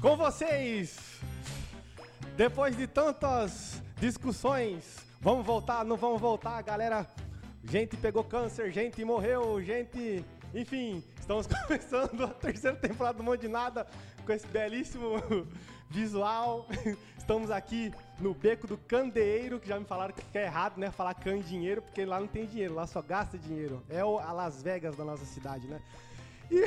com vocês. Depois de tantas discussões, vamos voltar, não vamos voltar, galera. Gente pegou câncer, gente morreu, gente. Enfim, estamos começando a terceira temporada do Monte de Nada com esse belíssimo visual. Estamos aqui no Beco do Candeeiro, que já me falaram que é errado, né? Falar candinheiro, porque lá não tem dinheiro, lá só gasta dinheiro. É o a Las Vegas da nossa cidade, né? E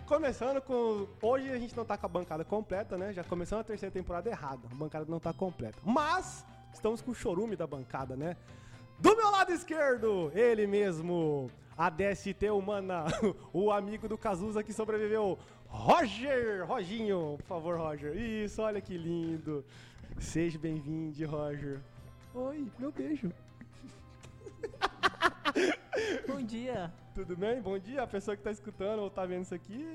começando com. Hoje a gente não tá com a bancada completa, né? Já começamos a terceira temporada errada. A bancada não tá completa. Mas estamos com o chorume da bancada, né? Do meu lado esquerdo, ele mesmo, a DST humana, o amigo do Cazuza que sobreviveu, Roger! Roginho, por favor, Roger. Isso, olha que lindo. Seja bem-vindo, Roger. Oi, meu beijo. Bom dia. Tudo bem? Bom dia, a pessoa que tá escutando ou tá vendo isso aqui.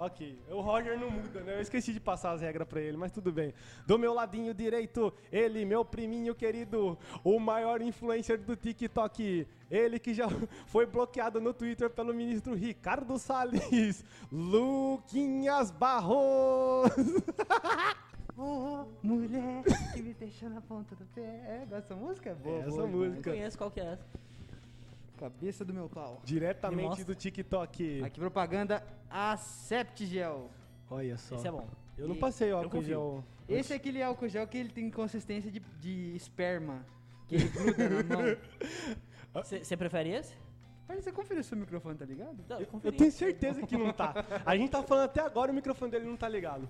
Ok, o Roger não muda, né? Eu esqueci de passar as regras pra ele, mas tudo bem. Do meu ladinho direito, ele, meu priminho querido, o maior influencer do TikTok. Ele que já foi bloqueado no Twitter pelo ministro Ricardo Salles, Luquinhas Barros. Oh, mulher que me deixou na ponta do pé. É, gosta dessa música? É Boa, Essa boa, Não música. conheço qual que é essa. boa. Cabeça do meu pau. Me Diretamente mostra. do TikTok. Aqui, propaganda Acept Gel. Olha só. Esse é bom. Eu não passei Eu álcool confio. gel. Esse é aquele álcool gel que ele tem consistência de, de esperma. Que ele gruda na mão. Ah. Você prefere esse? Olha, você conferiu seu microfone, tá ligado? Não, Eu, eu conferi. tenho certeza que não tá. A gente tá falando até agora, o microfone dele não tá ligado.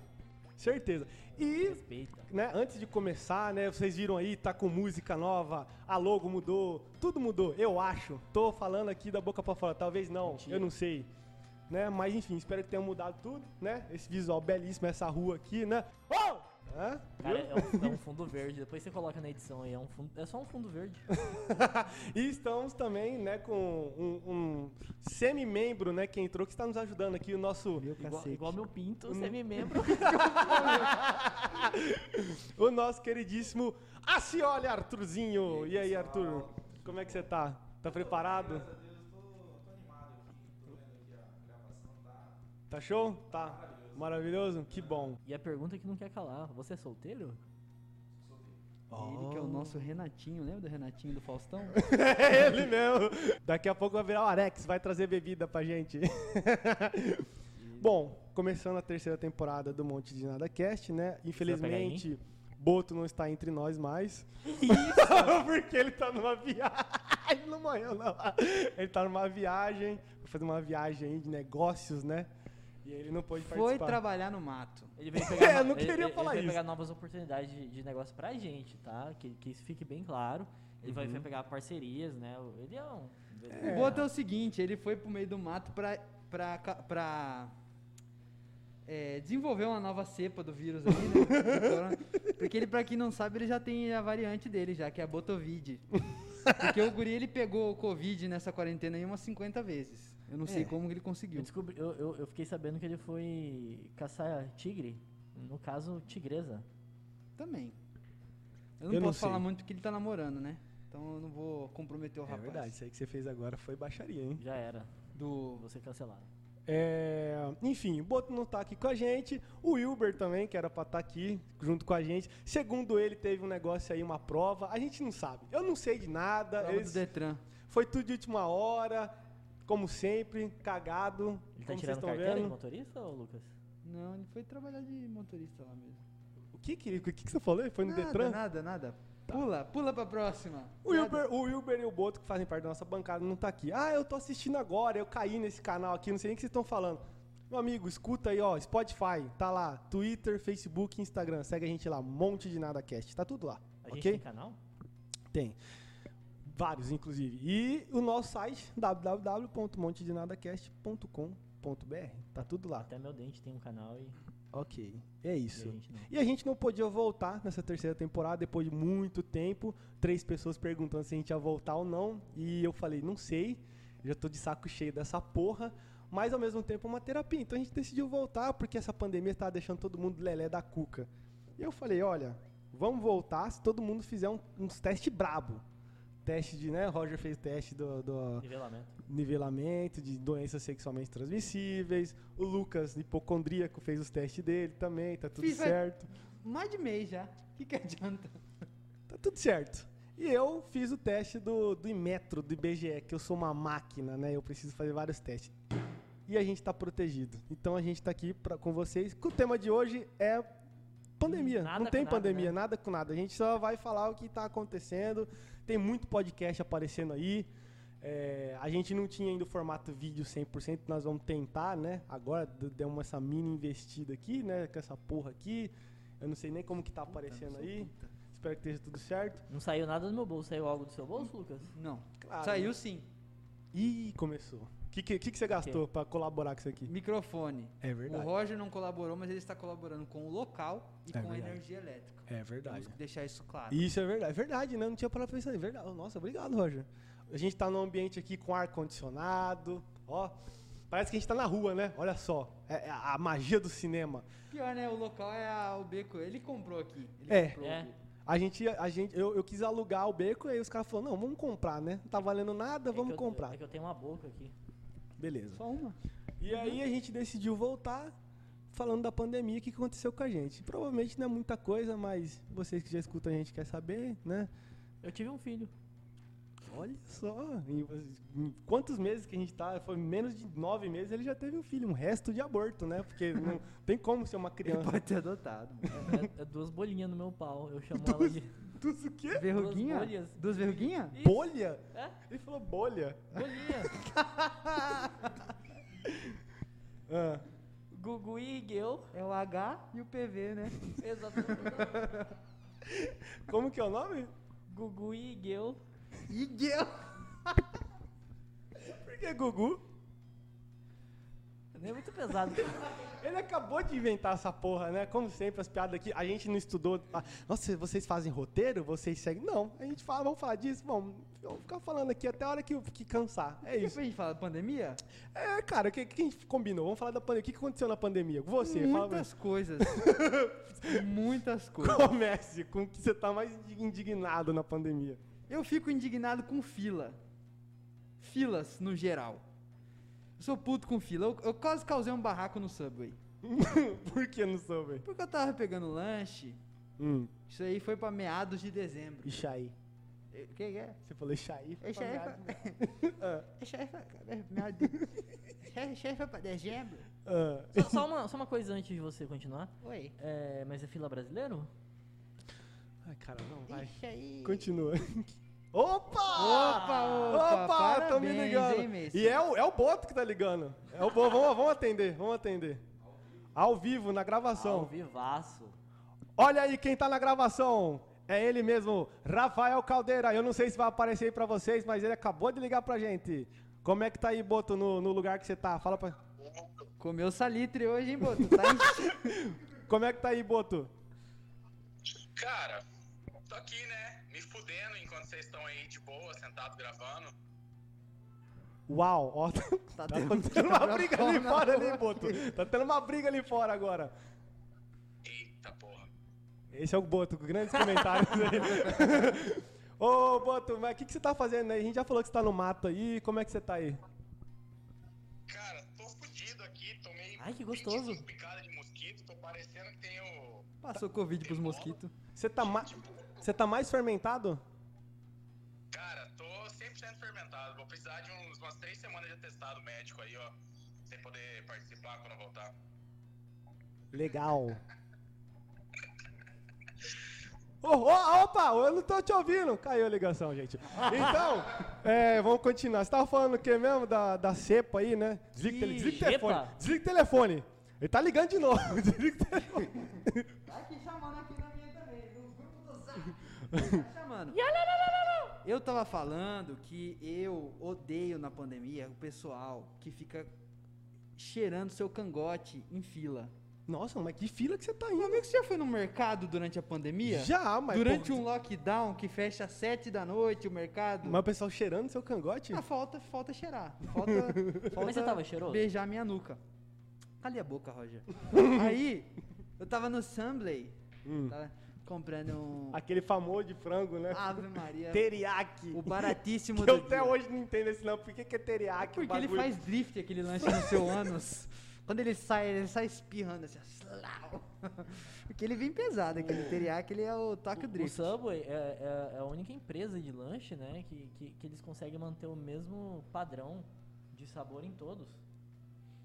Certeza. E, Respeita. né, antes de começar, né, vocês viram aí, tá com música nova, a logo mudou, tudo mudou, eu acho. Tô falando aqui da boca pra fora, talvez não, eu não sei. Né, mas enfim, espero que tenha mudado tudo, né? Esse visual belíssimo, essa rua aqui, né? Oh! Hã? Cara, é um, é um fundo verde. Depois você coloca na edição aí. É, um fundo, é só um fundo verde. Tá e estamos também, né, com um, um semi-membro, né, que entrou, que está nos ajudando aqui, o nosso... Meu Igual, cacete. igual meu Hum. pinto, semi-membro. O nosso queridíssimo Acioli Arthurzinho. E aí, Arthur? Como é que você tá? Tá preparado? Tá show? Tá. Maravilhoso? Que bom. E a pergunta que não quer calar. Você é solteiro? Ele que Oh. é o nosso Renatinho, lembra do Renatinho do Faustão? É ele mesmo. Daqui a pouco vai virar o Arex, vai trazer bebida pra gente. Bom, começando a terceira temporada do Monte de Nada Cast, né? Infelizmente, Boto não está entre nós mais. Porque ele tá numa viagem. Ele não morreu, não. Ele tá numa viagem, vai fazer uma viagem aí de negócios, né? E ele não pôde Foi participar. trabalhar no mato. Ele veio pegar, É, eu no- não ele- queria ele- falar ele veio isso. pegar novas oportunidades de, de negócio pra gente, tá? Que, que isso fique bem claro. Ele vai, Uhum. vai pegar parcerias, né? Ele é um... O Boto é o seguinte, ele foi pro meio do mato pra, pra, ca- pra é, desenvolver uma nova cepa do vírus aí, né? Do corona. Porque ele, pra quem não sabe, ele já tem a variante dele já, que é a Botovid. Porque o guri, ele pegou o Covid nessa quarentena aí umas 50 vezes. Eu não É. sei como que ele Eu, conseguiu. descobri, eu, eu, eu fiquei sabendo que ele foi caçar tigre. No caso, tigresa. Também. Eu não Eu não posso falar sei. muito porque ele tá namorando, né? Então eu não vou comprometer o É rapaz. verdade, isso aí que você fez agora foi baixaria, hein? Já era. Do... Você cancelado. É, enfim, o Boto não tá aqui com a gente. O Wilber também, que era pra estar aqui junto com a gente. Segundo ele, teve um negócio aí, uma prova. A gente não sabe. Eu não sei de nada. prova eles- do Detran. Foi tudo de última hora. Como sempre, cagado. Ele como tá vocês tirando estão carteira de vendo. motorista, ô Lucas? Não, ele foi trabalhar de motorista lá mesmo. O que, que, o que, que você falou? Foi no nada, Detran? Nada, nada. Pula, pula pra próxima. O Wilber, o Wilber e o Boto, que fazem parte da nossa bancada, não tá aqui. Ah, eu tô assistindo agora, eu caí nesse canal aqui, não sei nem o que vocês estão falando. Meu amigo, escuta aí, ó, Spotify, tá lá, Twitter, Facebook, Instagram, segue a gente lá, monte de nada cast, tá tudo lá, A gente ok? tem canal? Tem. Vários, inclusive. E o nosso site, www.montedinadacast.com.br, tá tudo lá, Até meu dente tem um canal e, e ok? É a isso. gente não. E a gente não podia voltar nessa terceira temporada depois de muito tempo. Três pessoas perguntando se a gente ia voltar ou não. E eu falei, não sei. Já tô de saco cheio dessa porra. Mas ao mesmo tempo é uma terapia. Então a gente decidiu voltar porque essa pandemia tá deixando todo mundo lelé da cuca. E eu falei, olha, vamos voltar se todo mundo fizer um- uns testes brabo. teste de, né? O Roger fez teste do, do Nivelamento. nivelamento, de doenças sexualmente transmissíveis. O Lucas, hipocondríaco, fez os testes dele também, tá tudo Fiz, vai- certo. Mais de mês já. O que, que adianta? Tá tudo certo. E eu fiz o teste do, do Imetro, do IBGE, que eu sou uma máquina, né? Eu preciso fazer vários testes. E a gente tá protegido. Então a gente tá aqui pra, com vocês. Que o tema de hoje é pandemia. Nada Não tem com nada, pandemia, né? nada com nada. A gente só vai falar o que tá acontecendo. Tem muito podcast aparecendo aí. É, a gente não tinha ainda o formato vídeo 100%, nós vamos tentar, né? Agora d- demos essa mini investida aqui, né? Com essa porra aqui. Eu não sei nem como que tá aparecendo aí. Espero que esteja tudo certo. Não saiu nada do meu bolso, saiu algo do seu bolso, Lucas? Então Não. Claro. Saiu sim. Ih, começou. O que, que, que, que você gastou pra colaborar com isso aqui? Microfone. É O Roger não colaborou, mas ele está colaborando com o local e É com a verdade. energia elétrica. É Temos verdade. que deixar isso claro. Isso é verdade. É verdade, né? Eu Não tinha parado pra pensar. É verdade. Nossa, obrigado, Roger. A gente tá num ambiente aqui com ar-condicionado. Ó, parece que a gente tá na rua, né? Olha só. É, é a magia do cinema. Pior, né? O local é a, o beco. Ele comprou aqui. Ele É. comprou É. aqui. A gente, a gente eu, eu quis alugar o beco e aí os caras falaram, não, vamos comprar, né? Não tá valendo nada, É que vamos eu- comprar. É que eu tenho uma boca aqui. Beleza. Só uma. E aí a gente decidiu voltar falando da pandemia, o que aconteceu com a gente. Provavelmente não é muita coisa, mas vocês que já escutam a gente quer saber, né? Eu tive um filho. Olha só, em, em quantos meses que a gente tá? Foi menos de nove meses, ele já teve um filho, um resto de aborto, né? Porque não tem como ser uma Ele criança. pode ter adotado. mano. É, é duas bolinhas no meu pau. Eu chamo ela de. Tudo o quê? Verruguinha? Duas bolhas. Duas verruguinhas? Ih, Bolha? É? Ele falou bolha. Bolinha! Ah, Gugu e Higuel. É o H e o PV, né? Exatamente. como que é o nome? Gugu e Higuel. Iguel! Por que Gugu? É muito pesado. Ele acabou de inventar essa porra, né? Como sempre, as piadas aqui. A gente não estudou. Ah, Nossa, vocês fazem roteiro? Vocês seguem? Não. A gente fala, vamos falar disso? Vamos. Vamos ficar falando aqui até a hora que, que cansar. É Depois isso. a gente fala pandemia? É, cara, o que, que a gente combinou? Vamos falar da pandemia. O que que aconteceu na pandemia? Você, fala. Muitas coisas. Muitas coisas. Comece com o que você tá mais indignado na pandemia. Eu fico indignado com fila. Filas, no geral. Eu sou puto com fila. Eu, eu quase causei um barraco no Subway. Por que não soube? Porque eu tava pegando lanche. Hum, Isso aí foi pra meados de dezembro. Ixaí. Eh, O que que é? Você falou Ixaí. foi Ixaí é pra foi- meados- Chefe, meados de... Chefe pra dezembro? Ah, Só, só uma, só uma coisa antes de você continuar. Oi. É, mas é fila brasileiro? Ai, cara, não, vai. Ixi aí. Continua. Opa! Opa, opa, Opa, tô me parabéns, ligando. hein, Messi? e é o, é o Boto que tá ligando. É o Boto. Vamos, vamos atender, vamos atender. Ao vivo, na Ao gravação. vivaço. Olha aí quem tá na gravação. É ele mesmo, Rafael Caldeira. Eu não sei se vai aparecer aí pra vocês, mas ele acabou de ligar pra gente. Como é que tá aí, Boto, no, no lugar que você tá? Fala pra. Comeu salitre hoje, hein, Boto? Tá enchi- Como é que tá aí, Boto? Cara, tô aqui, né? Me fudendo enquanto vocês estão aí de boa, sentado gravando. Uau, ó. Tá, Tá tá tendo- acontecendo uma tá briga ali brabona fora, ali, aqui. Boto. Tá tendo uma briga ali fora agora. Eita porra. Esse é o Boto, com grandes comentários aí. Ô, Boto, mas o que, que você tá fazendo aí? A gente já falou que você tá no mato aí, como é que você tá aí? Cara, tô fudido aqui, tomei Ai, que gostoso. 25 picadas de mosquito, tô parecendo que tenho. Passou Covid pros mosquitos. Você tá, ma- você tá mais fermentado? Cara, tô 100% fermentado. Vou precisar de uns, umas três semanas de atestado médico aí, ó. Sem poder participar quando eu voltar. Legal. Ô, ô, opa, eu não tô te ouvindo. Caiu a ligação, gente. Então, é, vamos continuar. Você tava falando o que mesmo? Da, da cepa aí, né? Desliga, o tele- Ih, desliga o telefone. cepa. Desliga o telefone. Ele tá ligando de novo. Desliga o telefone. Tá aqui chamando aqui na minha também, no grupo do Zap. Tá chamando. Eu tava falando que eu odeio na pandemia o pessoal que fica cheirando seu cangote em fila. Nossa, mas que fila que você tá Meu indo? amigo, você já foi no mercado durante a pandemia? Já, mas. Durante pô, um lockdown que fecha às 7 da noite o mercado? Mas o pessoal cheirando seu cangote? Ah, falta, falta cheirar. Falta, falta você tava cheiroso? beijar minha nuca. Cala a boca, Roger. Aí, eu tava no Assembly. Hum. Tava- comprando um. Aquele famoso de frango, né? Ave Maria. Teriyaki. Ah, é. O baratíssimo Que eu do até dia. hoje não entendo esse nome. Por que, que é teriyaki? o Porque ele bagulho? faz drift aquele lanche no seu ânus. Quando ele sai, ele sai espirrando assim, ó, slau. Porque ele vem pesado, aquele teriyaki, ele é o toque O, o drift. Subway é, é- é a única empresa de lanche, né? Que, que, que eles conseguem manter o mesmo padrão de sabor em todos.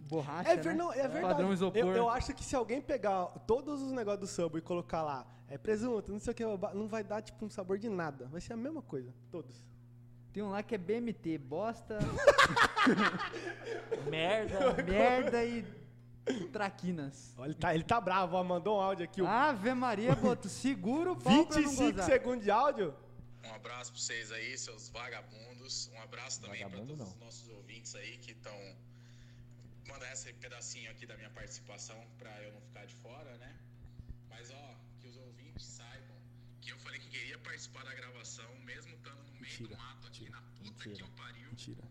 Borracha, É, né? ver- não, é verdade. Padrão isopor. Eu, eu acho que se alguém pegar todos os negócios do samba e colocar lá, é presunto, não sei o que, não vai dar tipo um sabor de nada. Vai ser a mesma coisa, todos. Tem um lá que é BMT, bosta, Merda! merda e traquinas. Ó, Ele tá, ele tá bravo, ó, mandou um áudio aqui. o Ave Maria, Boto, segura o pau pra Ah, não 25 gozar. segundos de áudio. Um abraço pra vocês aí, seus vagabundos. Um abraço também pra Vagabundo todos não. os nossos ouvintes aí que estão. Manda esse pedacinho aqui da minha participação pra eu não ficar de fora, né? Mas ó, que os ouvintes saibam que eu falei que queria participar da gravação, mesmo estando no meio Mentira, do mato aqui na puta que mentira. eu pariu. Mentira.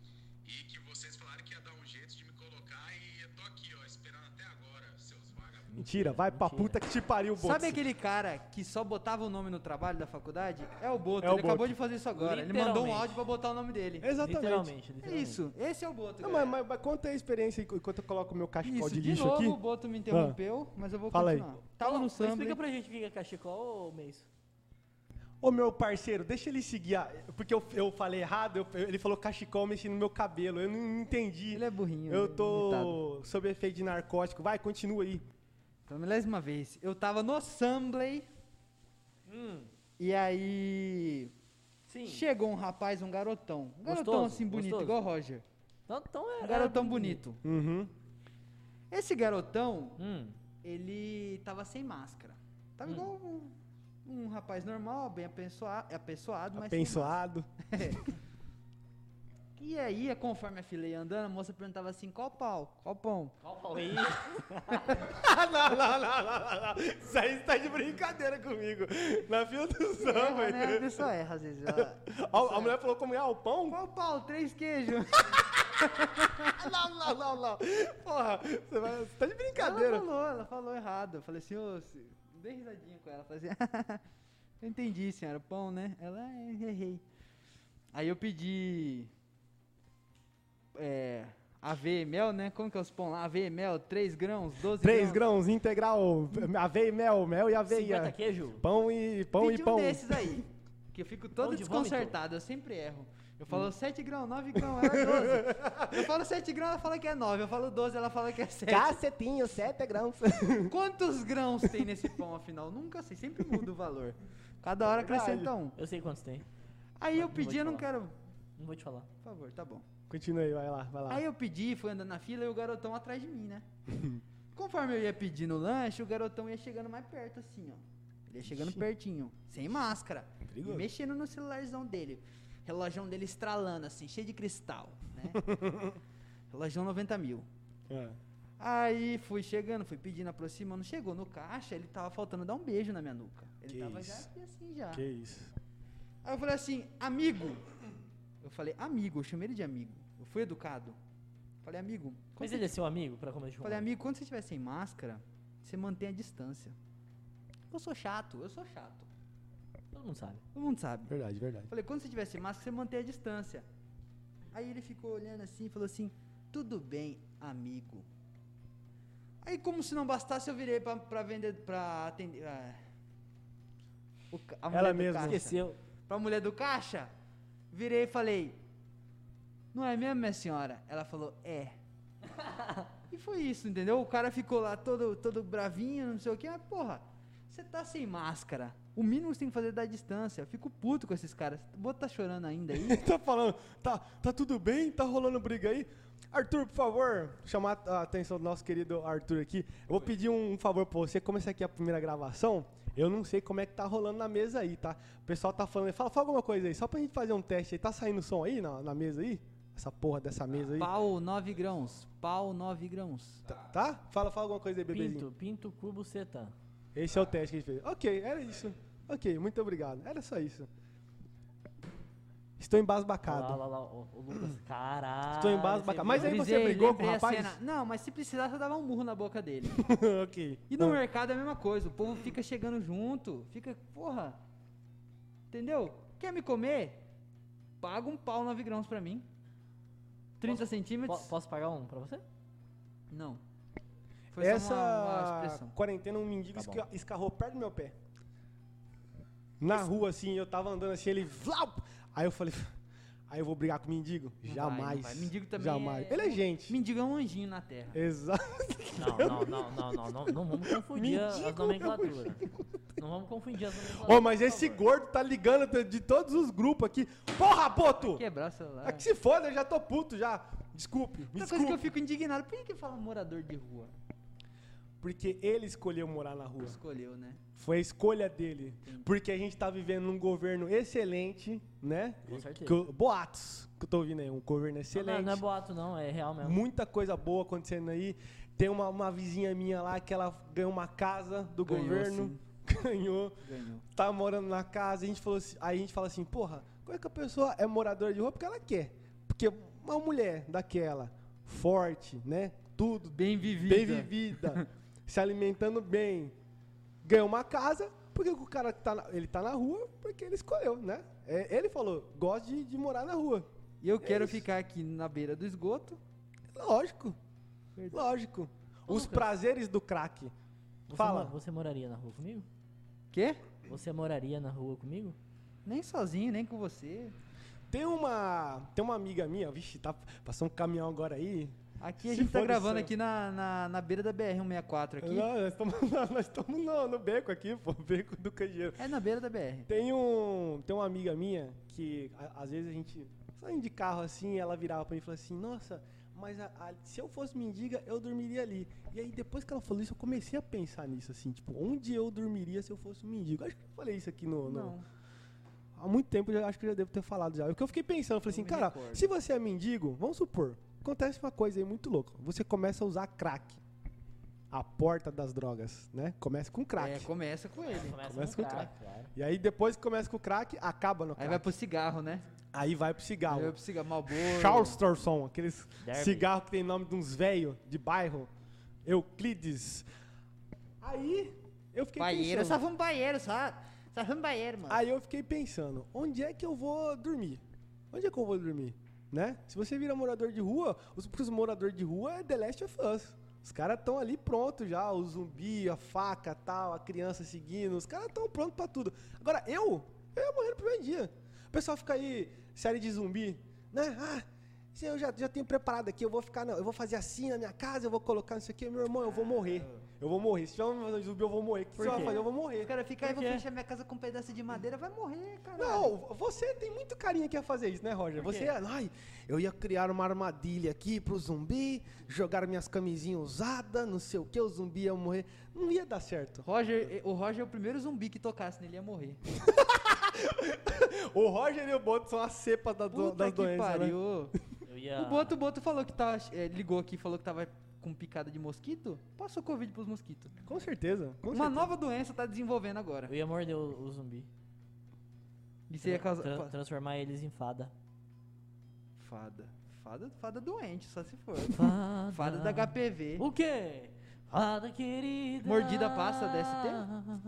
E que vocês falaram que ia dar um jeito de me colocar e eu tô aqui, ó, esperando até agora, seus vagabundos. Mentira, vai pra Mentira. puta que te pariu, Boto. Sabe aquele cara que só botava o nome no trabalho da faculdade? É o Boto, É o ele acabou Boto. de fazer isso agora. Ele mandou um Literalmente. áudio pra botar o nome dele. Exatamente. Literalmente, É literalmente. isso, esse é o Boto. Então, Não, galera. mas, mas- mas conta aí a experiência aí, enquanto eu coloco o meu cachecol Isso, de de, lixo novo aqui. Ah. o Boto me interrompeu, mas eu vou Fala aí. Então, continuar. Tava Ô, Tá no samba. Então, Explica hein? pra gente o que é cachecol, ô Meiso. Ô meu parceiro, deixa ele seguir. a- Porque eu, eu falei errado, eu- ele falou cachecol mexendo no meu cabelo. Eu não entendi. Ele é burrinho. Eu ele é limitado. tô sob efeito de narcótico. Vai, continua aí. Pela Então, milésima vez, eu tava no Assembly Hum, e aí sim. chegou um rapaz, um garotão. Um garotão Gostoso, assim bonito, gostoso. igual o Roger. Então, então é. Um garotão bonito. Uhum. Esse garotão, Hum. ele tava sem máscara. Tava Hum. igual um, um rapaz normal, bem apessoa- apessoado, mas sem Abençoado. máscara. E aí, conforme a fila ia andando, a moça perguntava assim, qual pau? Qual pão? Qual o pau aí? Ah, não, não, não, não, não, não. Isso aí você tá de brincadeira comigo. Na fila do samba. Erra, né? A pessoa erra, às vezes. ela- Ó, A, mulher falou como é o pão? Qual pau? Três queijos. Ah, Não, não, não, não. Porra, você, vai- você tá de Ela brincadeira. falou, ela falou errado. Eu falei assim, ô, se- dei risadinha com ela. Eu Falei assim, eu entendi, senhora, pão, né? Ela, "É, errei. Aí eu pedi. É. Aveia e mel, né? Como que é os pão lá? Aveia e mel, 3 grãos, 12 Três grãos. grãos, integral, aveia e mel, mel e 50 aveia. queijo? Pão e pão pedi e pão. um desses aí. Que eu fico todo Pão de vômito? desconcertado, eu sempre erro. Eu falo Hum. 7 grãos, 9 grãos, era 12. Eu falo 7 grãos, ela fala que é 9. Eu falo 12, ela fala que é 7. Cacetinho, sete grãos. Quantos grãos tem nesse pão, afinal? Nunca sei, sempre muda o valor. Cada hora Verdade. acrescenta um. Eu sei quantos tem. Aí eu Não vou pedi, te eu não falar. quero. Não vou te falar. Por favor, tá bom. Continua aí, vai lá, vai Tá. lá. Aí eu pedi, fui andando na fila e o garotão atrás de mim, né? Conforme eu ia pedindo o lanche, o garotão ia chegando mais perto, assim, ó. Ele ia chegando Ixi. pertinho, sem máscara. E Perigoso. mexendo no celularzão dele. Relógio dele estralando, assim, cheio de cristal, né? Relógio 90 mil. É. Aí fui chegando, fui pedindo, aproximando. Chegou no caixa, ele tava faltando dar um beijo na minha nuca. Ele Que tava já isso. aqui assim já. Que isso. Aí eu falei assim, amigo. Eu falei, amigo, eu chamei ele de amigo. Eu fui educado. Falei, amigo. quando Mas você- ele é seu amigo pra comer de Falei, amigo, quando você estiver sem máscara, você mantém a distância. Eu sou chato, eu sou chato. Todo mundo sabe. Todo mundo sabe. Verdade, verdade. Falei, quando você tiver sem máscara, você mantém a distância. Aí ele ficou olhando assim e falou assim: Tudo bem, amigo. Aí, como se não bastasse, eu virei pra, pra vender. pra atender. ah, o ca- a mulher Ela do mesma. caixa. Esqueceu. Pra mulher do caixa, virei e falei: Não é mesmo, minha senhora? Ela falou: É. e foi isso, entendeu? O cara ficou lá todo, todo bravinho, não sei o quê, mas porra, você tá sem máscara. O mínimo que você tem que fazer é dar distância. Eu fico puto com esses caras. O Boto tá chorando ainda aí. tá falando, tá, tá tudo bem? Tá rolando briga aí? Arthur, por favor, chamar a atenção do nosso querido Arthur aqui. Eu vou pedir um favor pra você. Como essa aqui é a primeira gravação, eu não sei como é que tá rolando na mesa aí, tá? O pessoal tá falando, fala, fala alguma coisa aí, só pra gente fazer um teste aí. Tá saindo som aí na, na mesa aí? Essa porra dessa mesa aí. Pau 9 grãos. Pau 9 grãos. Tá? tá? Fala, fala alguma coisa aí, bebezinho. Pinto, pinto, cubo, seta. Esse é o teste que a gente fez. Ok, era isso. Ok, muito obrigado. Era só isso. Estou Olha lá, embasbacado. olha lá, ó, o Lucas. Caralho. Estou tá embasbacado. você Mas viu? aí você Brisei, brigou com o lembrei a rapaz? cena. Não, mas se precisar, você dava um murro na boca dele. ok. E no Ah. mercado é a mesma coisa. O povo fica chegando junto, fica, porra. Entendeu? Quer me comer? Paga um pau 9 grãos pra mim. 30 Po- centímetros? Posso pagar um pra você? Não. Foi Essa só uma, uma expressão. quarentena, um mendigo Tá esca- escarrou perto do meu pé. Na rua, assim, eu tava andando assim, ele. Vlaup! Aí eu falei. Aí eu vou brigar com o mendigo? Não vai, não Jamais. vai. Mendigo também Jamais. é- Ele é gente. Mendigo é um anjinho na terra. Exato. Não, não, não, não, não, não, não vamos confundir Mendigo, as nomenclaturas. Não vamos confundir as nomenclaturas. Ô, mas por esse favor. gordo tá ligando de- de todos os grupos aqui. Porra, Boto! Quebrar o celular. Aqui se foda, eu já tô puto já. Desculpe, me Outra coisa que eu desculpe. fico indignado, por que, que fala morador de rua? Porque ele escolheu morar na rua. Escolheu, né? Foi a escolha dele. Porque a gente tá vivendo num governo excelente, né? Com certeza. Que eu- boatos que eu tô ouvindo aí. Um governo Não, excelente. Não, é boato, não, é real mesmo. Muita coisa boa acontecendo aí. Tem uma, uma vizinha minha lá que ela ganhou uma casa do Ganhou, governo. sim. Ganhou. Ganhou. Tá morando na casa. A gente falou assim- aí a gente fala assim, porra, como é que a pessoa é moradora de rua? Porque ela quer. Porque uma mulher daquela, forte, né? Tudo, Bem vivido. bem vivida, se alimentando bem, ganhou uma casa, porque o cara tá na, ele tá na rua porque ele escolheu, né? É, ele falou, gosta de, de morar na rua. E eu quero É isso. ficar aqui na beira do esgoto. Lógico. Lógico. Ô, Os Lucas. prazeres do crack. Você Fala. mo- Você moraria na rua comigo? Quê? Você moraria na rua comigo? Nem sozinho, nem com você. Tem uma, tem uma amiga minha, vixe, tá passou um caminhão agora aí. Aqui a Se gente tá for gravando isso. aqui na, na, na beira da BR-164 aqui. Não, Nós estamos nós estamos no, no beco aqui, pô, beco do canjeiro. É na beira da BR. Tem, um, tem uma amiga minha que a- às vezes a gente saindo de carro assim, ela virava pra mim e falava assim: Nossa, mas a- a- se eu fosse mendiga, eu dormiria ali. E aí depois que ela falou isso, eu comecei a pensar nisso, assim, tipo, onde eu dormiria se eu fosse um mendigo? Acho que eu falei isso aqui no. no- Não. Há muito tempo, eu já, acho que eu já devo ter falado já. O que eu fiquei pensando, eu falei Eu assim: me Cara, recordo. se você é mendigo, vamos supor, acontece uma coisa aí muito louca. Você começa a usar crack. A porta das drogas, né? Começa com crack. É, começa com ele. Começa com crack. claro. E aí depois que começa com o crack, acaba no Aí crack. vai pro cigarro, né? Aí vai pro Aí cigarro. vai pro cigarro. Malboro. Charleston, aqueles Derby. cigarro que tem nome de uns velho de bairro. Euclides. Aí eu fiquei Banheiro. Só pensando. vamos banheiro, só. Só vamos banheiro, mano. é Aí eu fiquei pensando, onde é que eu vou dormir? Onde é que eu vou dormir? Né? Se você vira morador de rua, os, porque os moradores de rua é The Last of Us. Os caras estão ali pronto já, o zumbi, a faca, tal, a criança seguindo, os caras estão prontos pra tudo. Agora eu, eu ia morrer no primeiro dia. O pessoal fica aí série de zumbi, né? Ah, se eu já, já tenho preparado aqui, eu vou ficar, não, eu vou fazer assim na minha casa, eu vou colocar isso aqui, meu irmão, eu vou morrer. Eu vou morrer. Se tiver um zumbi, eu vou morrer. O que Por você vai quê? fazer? Eu vou morrer. O cara fica aí, Por vou quê? fechar minha casa com um pedaço de madeira, vai morrer, cara. é? Não, você tem muito carinha que ia fazer isso, né, Roger? Você, ia, ai, eu ia criar uma armadilha aqui pro zumbi, jogar minhas camisinhas usadas, não sei o que, o zumbi ia morrer. Não ia dar certo. Roger, o Roger é o primeiro zumbi que tocasse nele ia morrer. O Roger e o Boto são a cepa da do, Puta das que doenças, né? pariu. Eu ia... O Boto, o Boto falou que tá, é, ligou aqui, falou que tava com picada de mosquito. Passa o Covid pros mosquitos. Com certeza. com Uma certeza. nova doença tá desenvolvendo agora. é Eu ia morder o, o zumbi. E você ia causar... Tra- transformar eles em fada. Fada. Fada, fada doente, só se for. Fada. Fada da HPV. O quê? Fada querida. Mordida passa DST?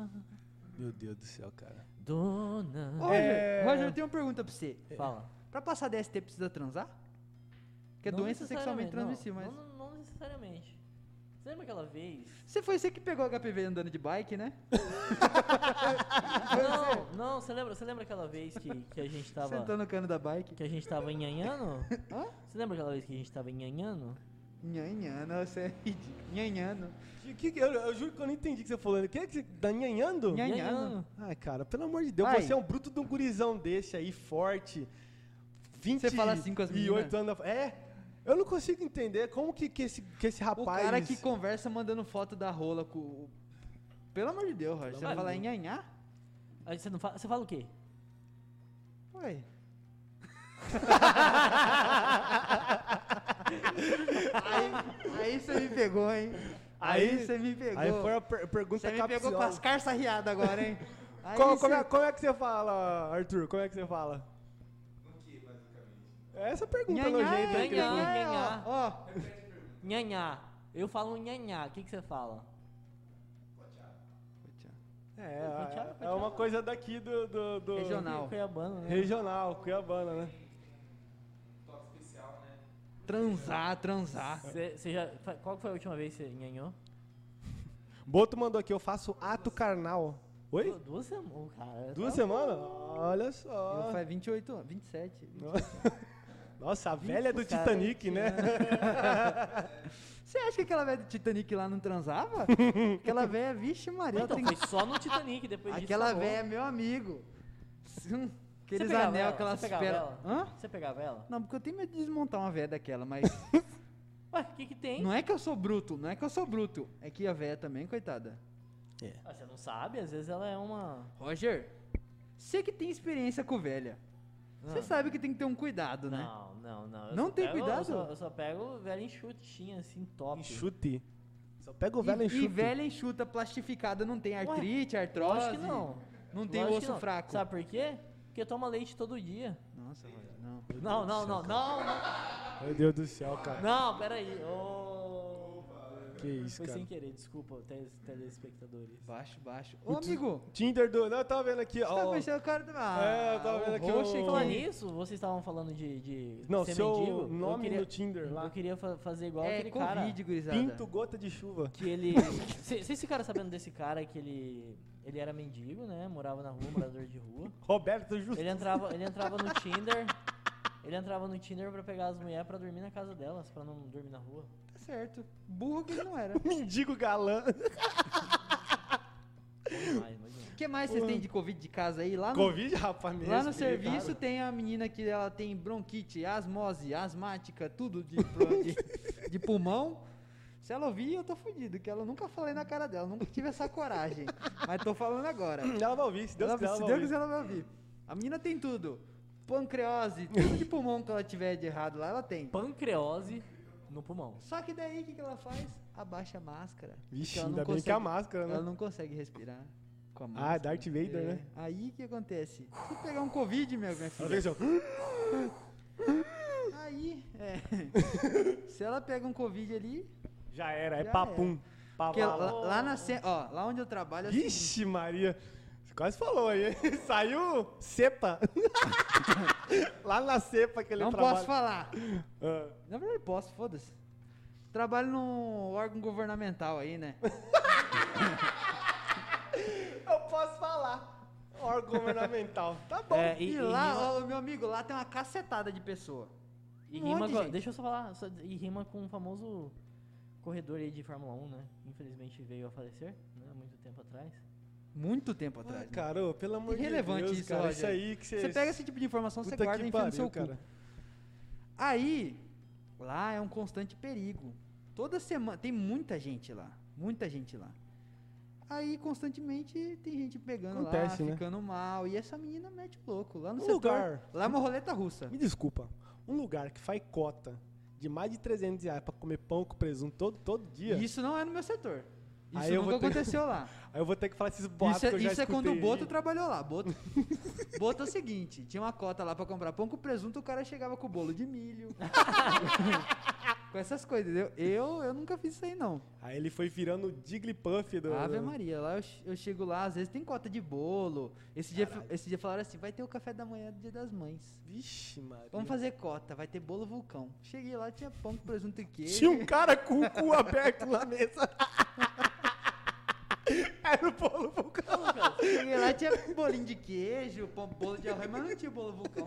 Meu Deus do céu, cara. Dona. Roger, É. Roger, eu É. tenho uma pergunta pra você. Fala. Pra passar DST precisa transar? Que é Não doença necessariamente, sexualmente transmissível, não, mas... Não, não necessariamente. Você lembra aquela vez? Você foi você que pegou HPV andando de bike, né? não, não, você lembra, você lembra aquela vez que, que a gente tava. Sentando no cano da bike. Que a gente tava enhanhando? tá- Hã? Você lembra aquela vez que a gente tava enhanhando? Nhanhano, você é ridículo. Nhanhano. Que, que- eu, eu juro que eu não entendi o que você falou. O que é que você tá nhanhando? Nhan- Nhanhando. Enhanhando. Ai, cara, pelo amor de Deus, Ai. você é um bruto de um gurizão desse aí, forte. 20 Você fala assim com as e oito meninas? anos. da- É, eu não consigo entender como que, que, esse, que esse O rapaz. cara que conversa mandando foto da rola com. o- Pelo amor de Deus, Roger. Você vai amor falar de nhanhá? Aí você não fala. Você fala o quê? Ué. aí, aí você me pegou, hein? Aí, Aí- você me pegou. Aí foi a per- pergunta você me pegou capciosa. com as carças riadas agora, hein? Aí Como, você- como é, como é que você é fala, Arthur? Como é que você fala? Como que Essa pergunta Nhanhá, nojenta aí que ele nhanhá. falou. Nhanhá. Ó, Nhanhá. Eu falo um nhanhá. O que, que você fala? ó. É, Coteado, é, é coteado. uma coisa daqui do. do- do- Regional. Cuiabano, né? Regional, Cuiabana, né? Transar, transar. Você você já. fa- Qual que foi a última vez que você nhanhou? Boto mandou aqui, eu faço ato carnal. Oi? Du- Duas semanas, cara. Duas Tá- semanas? Olha Eu só. faz 28 anos, 27. Nossa, a velha do cara, Titanic, né? Você acha que aquela velha do Titanic lá não transava? aquela velha, vixe Maria, ela Então, tem- foi só no Titanic, depois disso. tá aquela acabou. velha, é meu amigo. Hum, Você Aqueles pegava anel ela? que ela Você pegava espera. ela? Hã? Você pegava ela? Não, porque eu tenho medo de desmontar uma véia daquela, mas Ué, o que que tem? não é que eu sou bruto, não é que eu sou bruto. É que a véia também, coitada. Ah, você não sabe, às vezes ela é uma. Roger, você que tem experiência com velha, você Ah. sabe que tem que ter um cuidado, né? Não, não, não. Eu Não só tem pego- cuidado? Eu só, eu só pego velho enxutinha, assim, top. Enxute. Só pega o velho e, enxute. e velha enxuta plastificada não tem artrite, artrose. Lógico que não. Não tem Lógico que osso não. fraco. Sabe por quê? Porque toma leite todo dia. Nossa, Roger, não. Não, não, não, não, não, Meu Deus do céu, cara. não, peraí. Ô. Que isso, Foi cara. sem querer, desculpa, te- telespectadores. Baixo, baixo. Ô, amigo, Tinder do. Não, eu tava vendo aqui, Você tá ó. mexendo o cara do. Ah, É, eu tava vendo o aqui roxo o- aqui. Falando nisso, vocês estavam falando de, de Não, ser seu mendigo, eu nome queria, no Tinder lá. Eu queria fa- fazer igual É aquele Covid, gurizada. Pinto gota de chuva. cara que ele... Cê- Vocês ficaram sabendo desse cara que ele... Ele era mendigo, né? Morava na rua, morador de rua. Roberto Justo. Ele entrava, ele entrava no Tinder... Ele entrava no Tinder pra pegar as mulheres pra dormir na casa delas, pra não dormir na rua. Tá certo. Burro que ele não era. Mendigo galã. Demais, imagina. O que mais vocês têm de Covid de casa aí? Lá no, Covid, rapaz, me lá no respeita. serviço tem a menina que ela tem bronquite, asmose, asmática, tudo de, pro- de, de pulmão. Se ela ouvir, eu tô fudido, que ela eu nunca falei na cara dela, nunca tive essa coragem. Mas tô falando agora. Ela vai ouvir, se Deus Ela- quiser, ela se vai Deus ouvir. quiser, ela vai ouvir. A menina tem tudo. Pancreose, tudo de pulmão que ela tiver de errado lá, ela tem. Pancreose no pulmão. Só que daí o que, que ela faz? Abaixa a máscara. porque Vixe, ela não ainda bem que é a máscara, Ela né? não consegue respirar com a máscara. Ah, Darth Vader, É. né? Aí o que acontece? Se pegar um Covid, meu, minha Ela fica filha. assim, ó. Aí, é. Se ela pega um Covid ali. Já era, é Já papum. Porque lá, Papum. lá na. ce- Ó, lá onde eu trabalho. é o seguinte, Vixe, Maria. Você quase falou aí. hein? Saiu cepa. Lá na cepa que ele não trabalha. posso falar. Ah, Na verdade, posso, foda-se. Trabalho num órgão governamental aí, né? eu posso falar. Órgão governamental. Tá bom. É, E, e, e rima- lá, ó, meu amigo, lá tem uma cacetada de pessoa. E Um rima monte de com, gente. Deixa eu só falar. só- e rima com o famoso corredor aí de Fórmula 1, né? Infelizmente veio a falecer, né? há Muito tempo atrás. Muito tempo atrás. Ah, né? cara, ô, pelo amor Irrelevante de Deus, isso, cara. Roger. Isso aí que você... Você pega esse tipo de informação, você guarda e enfia no seu cu. Aí, lá é um constante perigo. Toda semana, tem muita gente lá. Muita gente lá. Aí, constantemente, tem gente pegando Acontece, lá, né? ficando mal. E essa menina mete o louco. Lá no Um setor, lugar. lá é uma roleta russa. Me desculpa. Um lugar que faz cota de mais de 300 reais pra comer pão com presunto todo, todo dia, E isso não é no meu setor. Isso Aí eu vou nunca ter- aconteceu lá. aí eu vou ter que falar esses boatos Isso, é, que eu já isso é quando o escutei aí. Boto trabalhou lá. Boto, Boto é o seguinte: tinha uma cota lá pra comprar pão com presunto, o cara chegava com bolo de milho. com essas coisas, entendeu? Eu, eu nunca fiz isso aí, não. Aí ele foi virando o Jigglypuff do... Ave do- Maria, lá eu, che- eu chego lá, às vezes tem cota de bolo. Esse dia, esse dia falaram assim: vai ter o café da manhã do dia das mães. Vixe, Maria. Vamos fazer cota, vai ter bolo vulcão. Cheguei lá, tinha pão com presunto e queijo. Tinha um cara com o cu aberto na mesa. Era o bolo vulcão. Cheguei lá, tinha bolinho de queijo, pão, bolo de arroz, mas não tinha bolo vulcão.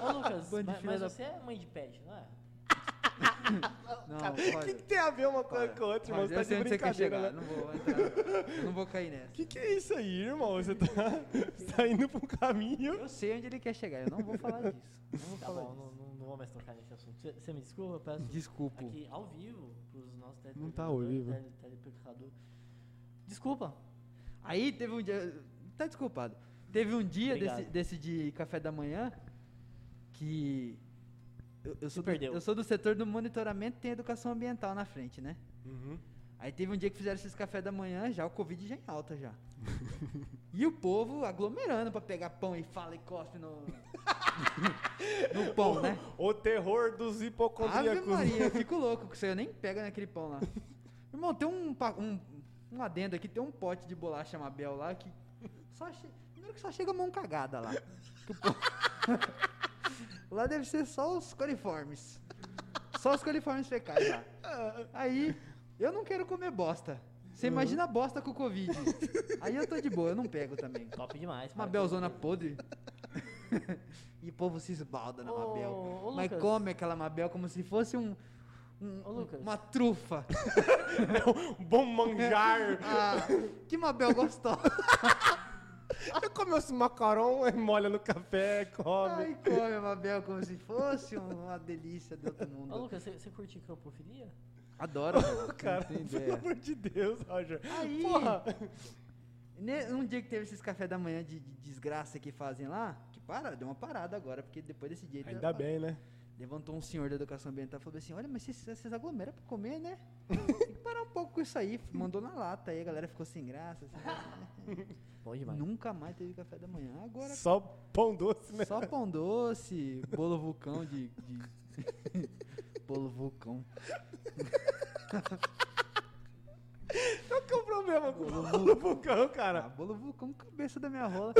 Ô, Lucas, Bando de mas, filha mas da- você é mãe de pet, não é? Não, O que, que olha. tem a ver uma coisa Para. com a outra, irmão? Mas Você eu tá sei de onde você quer brincadeira, chegar, né? não vou entrar. eu não vou cair nessa. O que, que é isso aí, irmão? Você tá, você tá indo pra um caminho. Eu sei onde ele quer chegar, eu não vou falar disso. Não vou Tá falar bom, não, disso. não, não vou mais tocar nesse assunto. Você- Você me desculpa, eu peço Desculpa. aqui ao vivo pros nossos Não tá ao telespectadores, vivo. tele- telespectador. Desculpa. Aí teve um dia. Tá desculpado. Teve um dia desse, Obrigado. desse de café da manhã que. Eu, eu sou do, perdeu. Uhum. eu sou do setor do monitoramento e tem educação ambiental na frente, né? Aí teve um dia que fizeram esses café da manhã, já o Covid já é em alta já. e o povo aglomerando pra pegar pão e fala e cospe no. no pão, né? O terror dos Ave hipocondríacos. Maria, eu fico louco com isso aí, eu nem pego naquele pão lá. Irmão, tem um, pa- um, um adendo aqui, tem um pote de bolacha Mabel lá que só che... Primeiro que só chega mão cagada lá. Que o pão- lá deve ser só os coliformes. Só os coliformes fecais lá. Aí, eu não quero comer bosta. Você imagina a bosta com o Covid. Aí eu tô de boa, eu não pego também. Top demais. cara. Mabelzona podre. e o povo se esbalda na Ô, né, Mabel. ô, Mas Lucas. come aquela Mabel como se fosse um. um- Ô, Lucas. uma trufa. né? Um Bom manjar. Ah, que Mabel gostosa. Eu come os macarrão, aí molha no café, come. Ai, come a Mabel como se fosse um- uma delícia do outro Ô, mundo. Lucas, você- você curte cropofilia? Adoro. né? Cara, não tem pelo ideia. amor de Deus, Roger. Aí. Porra. Ne- Um dia que teve esses café da manhã de, de desgraça que fazem lá, que para, deu uma parada agora, porque depois desse dia. ele Ainda bem, né? Levantou um senhor da educação ambiental e falou assim: Olha, mas vocês, vocês aglomeram pra comer, né? Tem que parar um pouco com isso aí. Mandou na lata, aí a galera ficou sem graça. sem graça. Bom demais. Nunca mais teve café da manhã. Agora Só pão doce, né? só pão doce, bolo vulcão de. de... bolo vulcão. Qual que é o problema com o bolo vulcão, Ah, cara? bolo vulcão, cabeça da minha rola.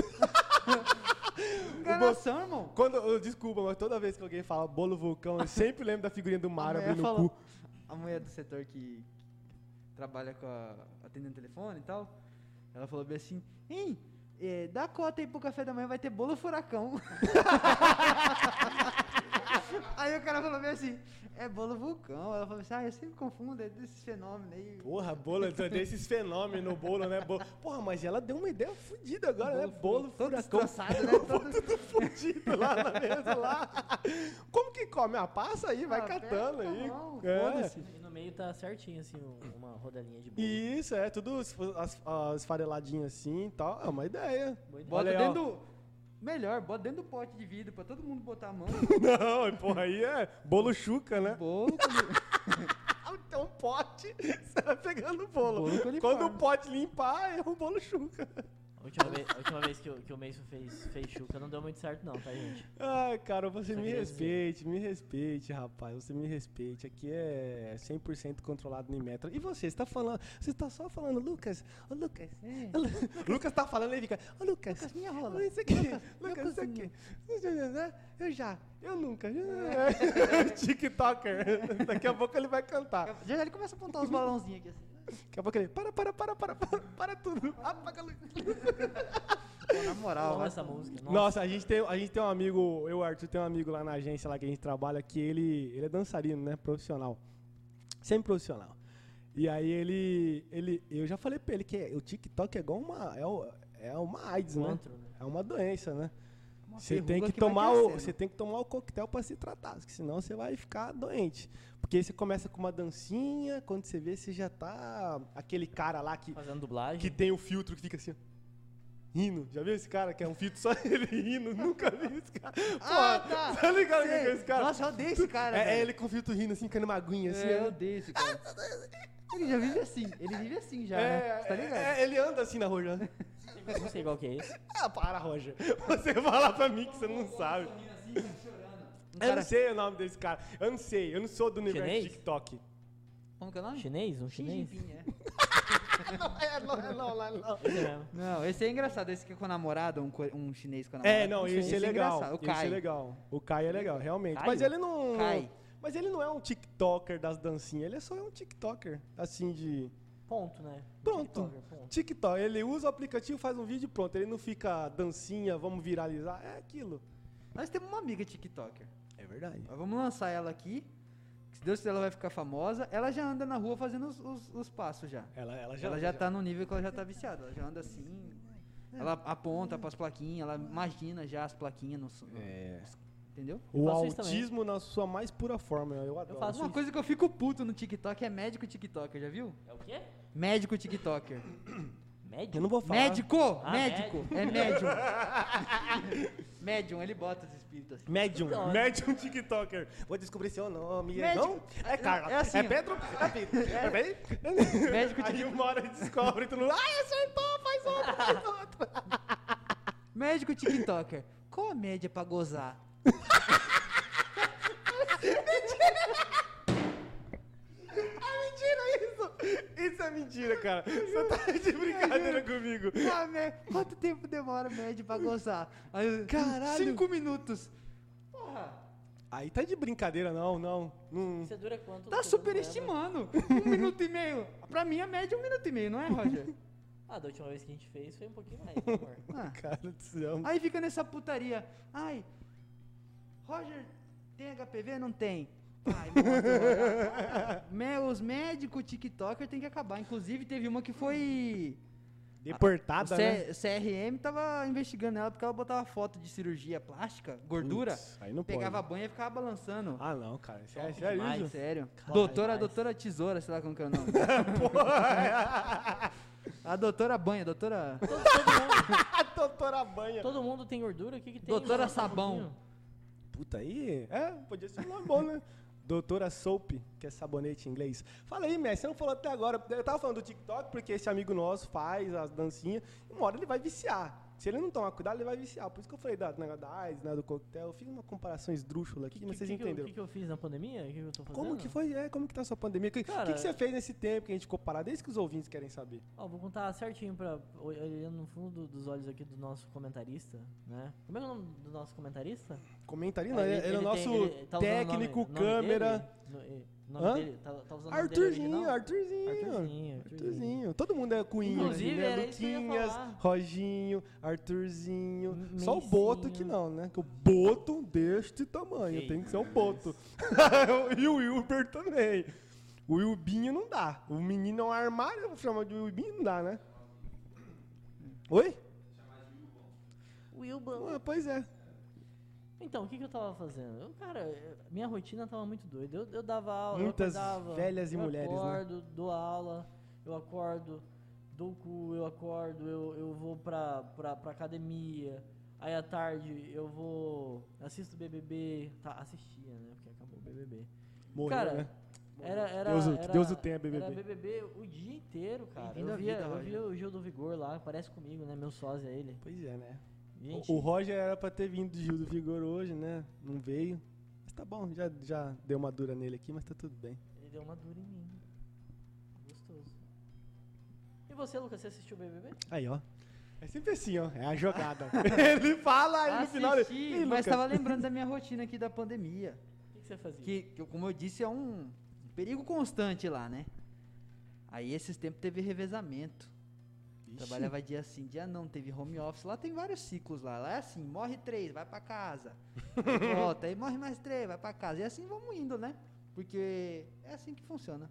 Enganação, irmão. Quando, eu- desculpa, mas toda vez que alguém fala bolo vulcão, eu sempre lembro da figurinha do Mario mulher abrindo o cu. A mulher do setor que trabalha com a atendendo telefone e tal, ela falou bem assim, hein, eh, dá cota aí pro café da manhã, vai ter bolo furacão. aí o cara falou bem assim, é bolo vulcão. Ela falou assim, ah, eu sempre confundo, é desses fenômenos aí. Porra, bolo, desses fenômenos no bolo, né? Bolo. Porra, mas ela deu uma ideia fodida agora, né? Bolo todo furacão. destroçado, né? Todo- Tudo fodido lá na mesa, lá. Como que come? Ah, passa aí, vai Ah, pega catando com a aí. mão, É. foda-se. E no meio tá certinho, assim, um- uma rodelinha de bolo. E Isso, é, tudo as, as- as fareladinhas assim e tal. É uma ideia. Boa ideia. Bota Olha aí, ó. dentro do... Melhor, bota dentro do pote de vidro pra todo mundo botar a mão. Não, porra, aí é bolo chuca, né? Bolo, Ah, Então o pote, você vai pegando o bolo. Bolo coliforme. Quando o pote limpar, é o bolo chuca. A última vez, a última vez que, o- que o Mason fez, fez chuca não deu muito certo não, tá, gente? Ai, cara, você Só me queria respeite, me respeite, rapaz. Você me respeite. Aqui é 100% controlado no metro. E você, você tá falando, você tá só falando, Lucas, ô Lucas. ô Lu- Lucas tá falando e fica, ô Lucas. É. Lucas, minha rola. Isso aqui, Lucas, isso aqui. Eu já, eu nunca. É. TikToker. Daqui a pouco ele vai cantar. já já ele começa a apontar os balãozinhos aqui assim. Daqui a pouco ele, para, para, para, para, para, para tudo. Apaga a luz. Pô, na Eu moral, amo vai essa tomar- música. Nossa, Ah, Nossa, a gente, tem, a gente tem um amigo, eu e o Arthur tem um amigo lá na agência lá que a gente trabalha, que ele, ele é dançarino, né? Profissional. Sempre profissional. E aí ele. ele eu já falei pra ele que o TikTok é igual uma. É, o- é uma AIDS, um né? antro, né? É uma doença, né? uma Você tem verruga que, vai tomar o, crescendo. você tem que tomar o coquetel para se tratar, porque senão você vai ficar doente. Porque aí você começa com uma dancinha, quando você vê, você já tá aquele cara lá que Fazendo dublagem. que tem o filtro que fica assim. ó, Rindo. Já viu esse cara que é um filtro só ele rindo? Nunca vi esse cara. Pô, Ah, tá. tá ligado quem que é Sei. esse cara? Nossa, eu odeio esse cara. é, velho. é ele com o filtro rindo assim, caindo uma aguinha assim. É, eu né? odeio esse cara. Ele já vive assim. Ele vive assim já, né? é, Você tá ligado? é, é, ele anda assim na rua. já. Não sei qual que é esse. Ah, para, Roger. Você fala pra mim que você não sabe. Um Eu não cara... sei o nome desse cara. Eu não sei. Eu não sou do universo Chinês? TikTok. Como que é o nome? Chinês? Um Xi chinês? Jinping, é. Não, é, não, é, não, é, não. Esse mesmo. Não, esse é engraçado. Esse que é com a namorada, um, core- um chinês com a namorada. É, não, esse é legal. engraçado. O Esse é Kai. legal. O Kai é legal, realmente. Caio? Mas ele não. Kai. Mas ele não é um TikToker das dancinhas, ele é só um TikToker, assim de. Ponto, né? Pronto. TikToker, ponto. TikTok, ele usa o aplicativo, faz um vídeo e pronto. Ele não fica dancinha, vamos viralizar. É aquilo. Nós temos uma amiga tiktoker. É verdade. Nós vamos lançar ela aqui. que Se Deus quiser, ela vai ficar famosa. Ela já anda na rua fazendo os, os- os passos já. Ela, ela já. Ela já tá no nível que ela já tá viciada. Ela já anda assim. Ela aponta pras plaquinhas, ela imagina já as plaquinhas no. su- É. Entendeu? O faço isso autismo na sua mais pura forma, eu adoro. faço- Uma isso. coisa que eu fico puto no TikTok é médico TikToker, já viu? É o quê? Médico TikToker. Médium? Eu não vou falar. Médico! Ah, médico! É médium. médium, ele bota os espíritos assim. Médium. Então, né? Médium TikToker. Vou descobrir seu nome. É Médium. não? É Carla. É assim, ó. Pedro? É Pedro. É, bem? Médico Aí TikTok. uma hora descobre e tu não... Ai, acertou! Faz outra, faz outra. Médico TikToker. Qual a média pra gozar? É mentira isso! Isso é mentira, cara. Você tá de brincadeira comigo. Ah, né? Quanto tempo demora médio pra gozar? Caralho. Caralho! Cinco minutos! Porra! Aí tá de brincadeira, não, não. Hum, não. Você dura quanto? Tá Todo mundo superestimando! Um minuto e meio! Pra mim a média é um minuto e meio, não é, Roger? leva. Ah, da última vez que a gente fez foi um pouquinho mais, né, amor. Ah, Cara do céu. Aí fica nessa putaria. Ai, Roger tem HPV? Não tem. Ai, mostra. Me- os médicos TikToker tem que acabar. Inclusive, teve uma que foi. O Deportada, né? C- CRM tava investigando ela porque ela botava foto de cirurgia plástica, gordura, Putz, aí não pegava pode. banho e ficava balançando. Ah, não, cara. Isso é Top sério demais. isso? Sério. Caralho, doutora, demais. doutora tesoura, sei lá como que é o nome. Porra! A doutora banha, doutora. Todo, todo, mundo, A doutora banha. todo mundo tem gordura? O que, que tem? Doutora Só um Sabão. pouquinho. Puta aí. É, podia ser um nome bom, né? Doutora Soap, que é sabonete em inglês. Fala aí, Messi, você não falou até agora. Eu tava falando do TikTok porque esse amigo nosso faz as dancinhas. e Uma hora ele vai viciar. Se ele não tomar cuidado, ele vai viciar. Por isso que eu falei da, do negócio da AIDS, né, do coquetel. Eu fiz uma comparação esdrúxula aqui, Que- mas que- vocês que que eu- entenderam. O que, que eu fiz na pandemia? O que, que eu tô fazendo? Como que foi? É, como que tá a sua pandemia? O que, o que Cara, que você fez nesse tempo que a gente ficou parado? É isso que os ouvintes querem saber. Ó, vou contar certinho pra. Olhando no fundo do- dos olhos aqui do nosso comentarista, né? Como é que é o nome do nosso comentarista? Comentarina, Ah, ele, ele é o tem- nosso ele tá usando o nome- técnico, nome câmera. dele? No- e- nome Hã? dele? Tá, tá usando o nome dele Arthurzinho, original? Arthurzinho, Arthurzinho, Arthurzinho. Todo mundo é Cunhinho, Inclusive, né? era isso que eu ia Luquinhas, falar. Roginho, Arthurzinho. M- Só o Meicinho. Boto que não, né? Que o Boto deste tamanho. Que tem que ser o Boto. e o Wilber também. O Wilbinho não dá. O menino é um armário, eu vou chamar de Wilbinho, não dá, né? Oi? Wilbon. Ah, pois é. Então, o que, que eu tava fazendo? Eu, cara, eu- minha rotina tava muito doida. Eu, eu dava aula, Muitas eu acordava, velhas e eu mulheres, né? acordo, dou aula, eu acordo, dou cu, eu acordo, eu, eu vou pra, pra, pra academia. Aí à tarde eu vou. Assisto BBB. Tá, assistia, né? Porque acabou o BBB. Morreu, cara, né? era, era, Deus o- que era, Deus o tenha, BBB. Era BBB o dia inteiro, cara. Bem-vindo à Eu via, vida, eu Roger. via o Gil do Vigor lá, parece comigo, né? Meu sósia ele. Pois é, né? Gente, O Roger era pra ter vindo do Gil do Vigor hoje, né? Não veio. Mas tá bom, já, já deu uma dura nele aqui, mas tá tudo bem. ele deu uma dura em mim. Gostoso. E você, Lucas, você assistiu o BBB? Aí, ó. É sempre assim, ó. É a jogada. ele fala aí no final. ele- Assisti, Ih, Lucas, mas tava lembrando da minha rotina aqui da pandemia. O que, que você fazia? Que, que, como eu disse, é um perigo constante lá, né? Aí esses tempos teve revezamento. Ixi, Trabalhava dia sim, dia não, teve home office. Lá tem vários ciclos lá. Lá é assim, morre três, vai pra casa. Aí volta, aí morre mais três, vai pra casa. E assim vamos indo, né? Porque é assim que funciona.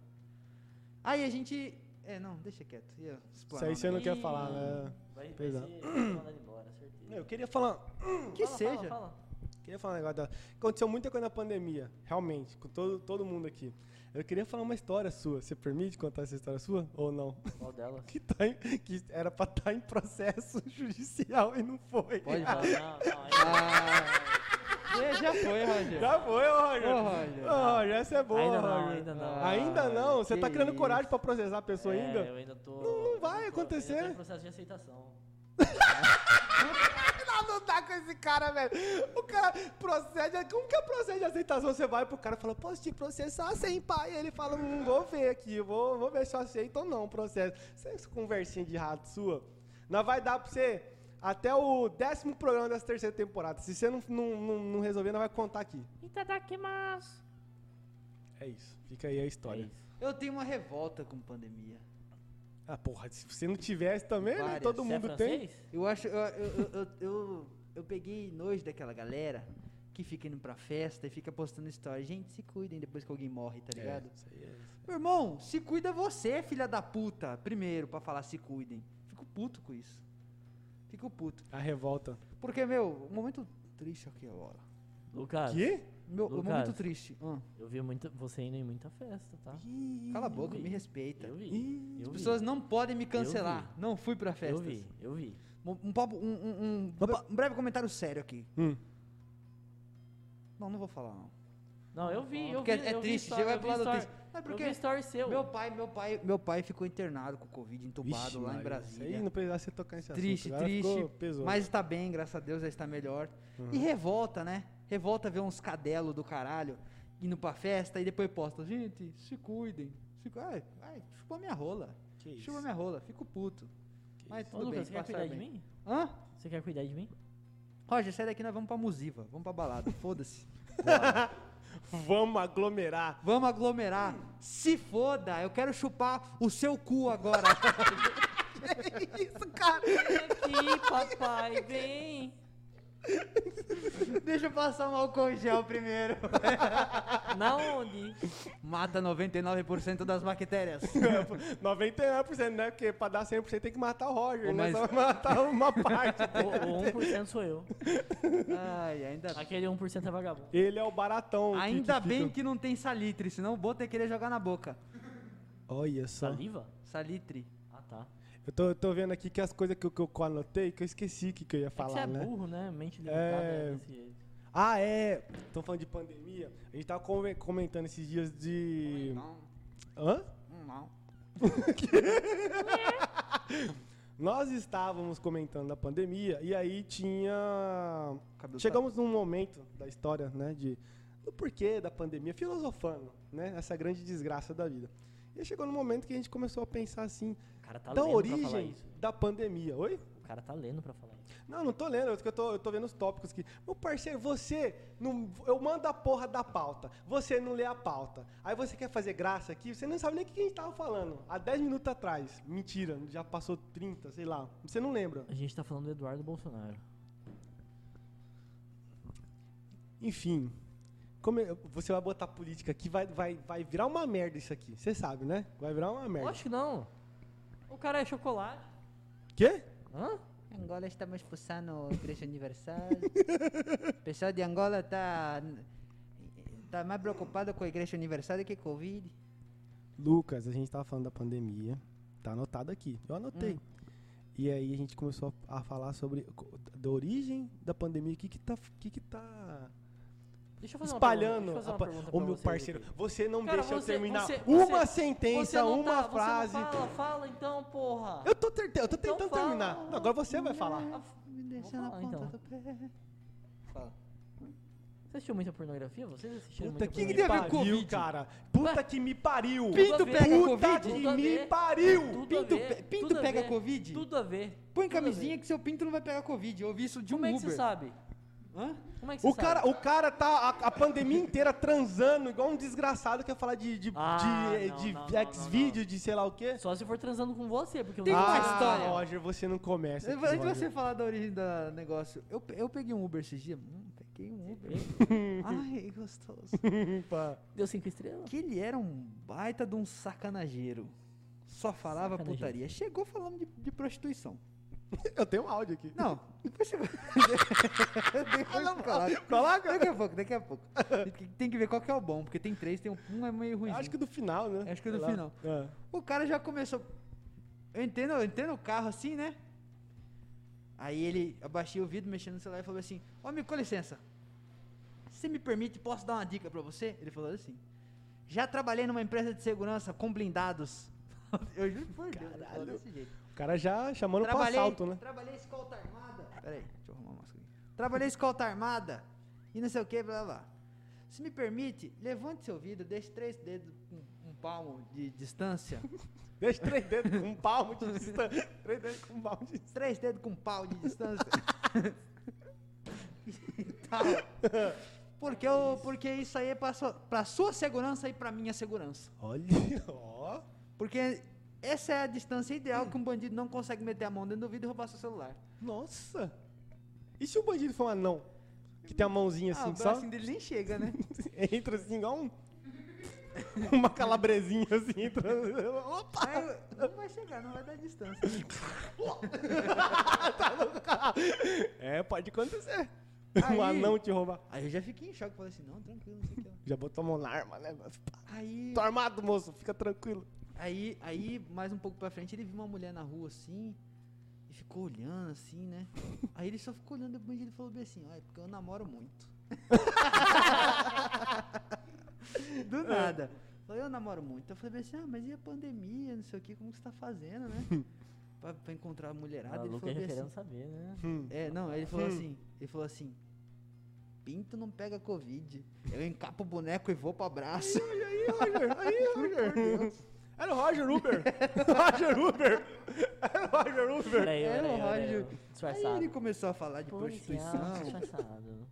Aí a gente. É, não, deixa quieto. Ia Isso explanar aí o você não quer Ih, falar, né? Vai, vai pesado. ser mandado embora, certeza. Eu queria falar, negócio. é. né? Que Fala, seja. Fala, fala. queria falar um negócio da... Aconteceu muita coisa na pandemia, realmente, com todo, todo mundo aqui. Eu queria falar uma história sua. Você permite contar essa história sua ou não? Qual delas? Que, tá em- que era pra estar em processo judicial e não foi. Pode Não, falar. não, não. Aí, Ah, é, já foi, Roger. Já foi, ô Roger. Ô, Roger. Ô, Roger, essa é boa, ainda Roger. não, ainda não. Ah, Ainda não? Você que tá criando isso. coragem pra processar a pessoa É, ainda? Eu ainda tô. Não- não vai eu ainda tô- eu ainda acontecer. tô em processo de aceitação. Não, não dá com esse cara, velho. O cara procede. Como que é procede de aceitação? Você vai pro cara e fala, posso te processar sem pai? Ele fala, não vou ver aqui, vou, vou ver se eu aceito ou não o processo. Isso é essa conversinha de rato sua. Não vai dar pra você até o décimo programa dessa terceira temporada. Se você não, não, não, não resolver, não vai contar aqui. Itadakimasu. É isso. Fica aí a É história. isso. Eu tenho uma revolta com pandemia. ah, porra, se você não tivesse também, né? Várias. todo Você é mundo tem. francês? Eu acho. Eu, eu, eu, eu, eu- eu peguei nojo daquela galera que fica indo pra festa e fica postando stories. Gente, se cuidem depois que alguém morre, tá ligado? É, isso aí é- Meu irmão, se cuida você, filha da puta, primeiro, pra falar se cuidem. Fico puto com isso. Fico puto. A revolta. Porque, meu, um momento triste aqui agora. Lucas. Que? Meu, eu Lucas. muito triste. Ah, Eu vi muita, você indo em muita festa, tá? cala a boca, vi. me respeita. Eu Ih, vi. As Eu vi. pessoas não podem me cancelar. vi. Não fui pra Eu festas. vi, eu vi. Um, um papo- um- um- um- um breve comentário sério aqui. Hum. Não, não vou falar, não. Não, eu vi, eu Porque vi. é eu vi triste, story, você vai eu pro vi lado story- triste. Não, é Eu vi porque story seu. meu pai, meu pai, meu pai ficou internado com Covid, entubado Vixe, Maria, lá Isso em aí Brasília. não precisava você tocar nesse Triste, assunto. Agora triste. ficou Uhum. pesou. Mas está bem, graças a Deus, já está melhor. E revolta, né? Revolta ver uns cadelo do caralho indo pra festa e depois posta. Gente, se cuidem. Se cu... Ai, ai, chupou minha rola. Que isso? Chupou minha rola. Fico puto. Que Mas Ô, tudo Lucas, você bem, quer passar cuidar de bem. mim? Hã? Você quer cuidar de mim? Roger, sai daqui, nós vamos pra musiva. Vamos pra balada. Foda-se. Vamos aglomerar. Vamos aglomerar. Se foda, eu quero chupar o seu cu agora. que isso, cara? Vem aqui, papai, vem. Deixa eu passar um álcool em gel primeiro. Na onde? Mata 99% das bactérias. 91%, né? Porque pra dar 100% tem que matar o Roger, Ô, né? mas- Só matar uma parte. O, o 1% sou eu. Ai, ainda, Aquele 1% é vagabundo. Ele é o baratão. que- ainda que bem fica- que não tem salitre, senão o Boto ia querer jogar na boca. Olha só. Tá Saliva? Salitre. Ah, tá. Eu tô, eu tô vendo aqui que as coisas que, eu- que eu que eu anotei, que eu esqueci que, que eu ia É que você falar, é né? burro, né? Mente limitada É. é... desse jeito. Ah, é. Tô falando de pandemia. A gente tava come- comentando esses dias de... Não, Hã? não. Nós estávamos comentando da pandemia e aí tinha. Cabelo Chegamos num momento da história, né? De do porquê da pandemia, filosofando, né? Essa grande desgraça da vida. E aí chegou num momento que a gente começou a pensar assim, O cara tá da lendo pra falar origem isso. da pandemia. Oi? O cara tá lendo pra falar isso. Não, não tô lendo, é eu tô, eu tô vendo os tópicos aqui. Meu parceiro, você. Não, eu mando a porra da pauta. Você não lê a pauta. Aí você quer fazer graça aqui, você não sabe nem o que a gente tava falando. Há 10 minutos atrás. Mentira, já passou 30, sei lá. Você não lembra. A gente tá falando do Eduardo Bolsonaro. Enfim. como eu- você vai botar política aqui, vai, vai, vai virar uma merda isso aqui. Você sabe, né? Vai virar uma merda. Lógico que não. O cara é chocolate. Quê? Hã? Angola estamos expulsando a Igreja Universal. o pessoal de Angola tá, tá mais preocupado com a Igreja Universal do que com o Covid. Lucas, a gente tava falando da pandemia. Tá anotado aqui. Eu Hum. anotei. E aí a gente começou a a falar sobre co- da origem da pandemia. O que que tá, o que que tá Deixa eu fazer espalhando? uma pergunta. Deixa eu fazer a uma pa- pergunta Ô, pra meu vocês parceiro, aqui. você não Cara, deixa eu você- terminar você- uma você- Você sentença, não uma tá- você não frase. fala, fala então, porra. Eu tô, ter, eu tô Então tentando fala. terminar. Não, agora você vai falar. Ah, Me deixa Vou na falar, ponta então. do pé. Fala. Você assistiu muita pornografia? Vocês assistiram Puta muita que me tem a ver com pariu, Covid? cara. Puta Ué. que me pariu. Pinto Puta pega Puta Covid? que Tudo a me ver. pariu. Tudo Pinto, a ver, pe- pinto tudo a pega ver, Covid? Tudo a ver. Põe tudo a ver. camisinha que seu pinto não vai pegar Covid. Eu ouvi isso de um Como é que Uber. você sabe? Hã? Como é que você O cara, sabe? o cara tá a, a pandemia inteira transando igual um desgraçado que ia falar de, de, Ah, de, não, de não, não, X-vídeo, de sei lá o quê. Só se for transando com você, porque eu Tem não- uma ah, história. Roger, você não começa. aqui, Antes de Roger. você falar da origem do negócio, eu, pe- eu peguei um Uber esses dias. Hum, peguei um Uber. Ai, gostoso. Opa. é. Deu cinco estrelas? Que ele era um baita de um sacanageiro. Só falava Sacanageiro. putaria. Chegou falando de, de prostituição. Eu tenho um áudio aqui. Não, depois chegou. depois coloca. Coloca. Daqui a pouco, daqui a pouco. Tem que ver qual que é o bom, porque tem três, tem um, um é meio ruim. Acho que do final, né? Acho que do Sei lá. final. É. O cara já começou. Eu entendo, eu entendo o carro assim, né? Aí ele abaixei o vidro, mexendo no celular e falou assim: Homem, com licença. Você me permite, posso dar uma dica pra você? Ele falou assim: Já trabalhei numa empresa de segurança com blindados. Eu juro por Deus, ele falou Caralho. desse jeito. O cara já chamando pra Trabalhei, assalto, né? trabalhei escolta armada. Peraí, deixa eu arrumar uma máscara aqui. Trabalhei escolta armada e não sei o que, blá blá, blá. Se me permite, levante seu vidro, deixe três dedos com um palmo de distância. Deixa três dedos com um palmo de distância. Três dedos com um palmo de distância. Três dedos com um pau de distância. E tal. Porque, eu, porque isso aí é pra sua, pra sua segurança e pra minha segurança. Olha, ó. Porque essa é a distância ideal que um bandido não consegue meter a mão dentro do vidro e roubar seu celular. Nossa. E se o bandido for um anão? Que tem a mãozinha ah, assim, o só? bracinho dele nem chega, né? Entra assim, igual um... Uma calabresinha assim, entrando. Opa! Aí, não vai chegar, não vai dar distância. tá É, pode acontecer. Aí- Um anão te roubar. Aí eu já fiquei em choque, falei assim, não, tranquilo, não sei o que. lá. Já botou a mão na arma, né? Aí, Tô armado, moço, fica tranquilo. aí, aí, mais um pouco pra frente, ele viu uma mulher na rua assim, e ficou olhando assim, né? Aí ele só ficou olhando depois ele falou bem assim, ó, é porque eu namoro muito. Do nada. Falei, eu namoro muito. Eu falei bem assim, ah, mas e a pandemia, não sei o que, como que você tá fazendo, né? Pra, pra encontrar a mulherada, ele Maluco é falou bem assim. querendo saber, né? Hum. É, não, aí ele falou assim, ele falou assim, pinto não pega covid. Eu encapo o boneco e vou pra braço. Aí, Roger, aí, Roger. Era o Roger Uber. Roger Uber. Era o Roger Uber. Peraí, É, peraí, o peraí. Roger- Aí Disfarçado. ele começou a falar de é. Policial prostituição. disfarçado.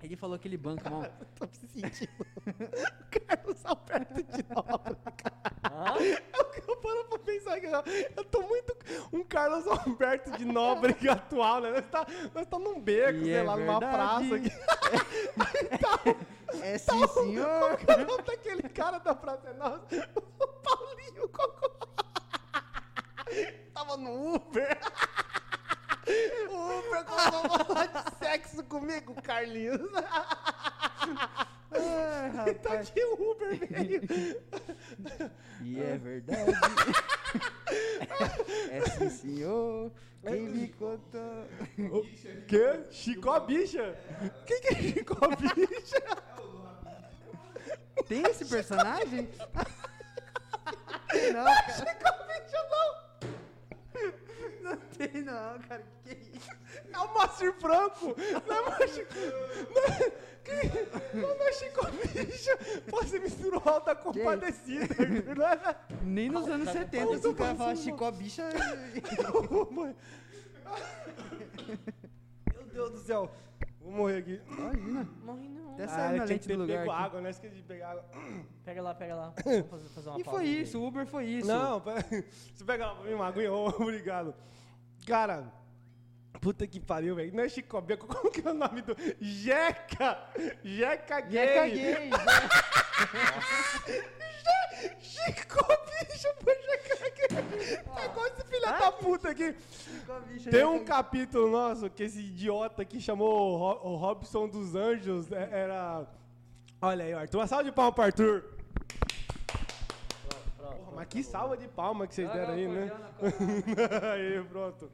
Ele falou que ele banca mal. Tô me sentindo. o Carlos Alberto de Nóbrega. Hã? É o que eu paro pra pensar que eu, eu tô muito. Um Carlos Alberto de Nóbrega atual, né? Nós tá, nós tá num beco, E sei é lá, numa verdade. praça aqui. É sim, senhor. Qual que é o nome daquele cara da praça é nossa? O Paulinho Cocô. Tava no Uber. O Uber começou a falar de sexo comigo, Carlinhos. Ai, Então Ah, rapaz. aqui o Uber veio. E é verdade. É sim, senhor. Quem me contou? O quê? Chicó a bicha? Quem que é Chicó a bicha? Tem esse personagem? Tem não, cara. Chicó a bicha não! Não tem não, cara. Que isso? É o Moacir Franco! Não é o Chico... Não é... que- Não é Chico a bicha! Pô, você misturou alta compadecida. Não é... Nem nos anos 70 se o cara falar passando, Chico a bicha. Ô, mãe. Meu Deus do céu. Vou morrer aqui. Imagina. Morre não. Até saiu na Ah, eu tinha lente que ter do lugar. pego aqui. água, não esqueci de pegar água. Pega lá, pega lá. Vamos fazer, fazer uma E pausa foi aqui. isso, o Uber foi isso. Não, pera- você pega pra mim uma aguinha, ô, obrigado. Cara, puta que pariu, velho. Não é Chico Beco, como que é o nome do... Jeca! Jeca E é Gay! caguei. Chico, bicho, foi Jeca Gay! Pegou esse filho da puta aqui. Chico a bicha. Tem um capítulo nosso que esse idiota que chamou o Ro- o Robson dos Anjos é- era. Olha aí, Arthur. Uma salva de palmas pro Arthur. Porra, mas que salva de palmas que vocês deram aí, né? né? aí, pronto.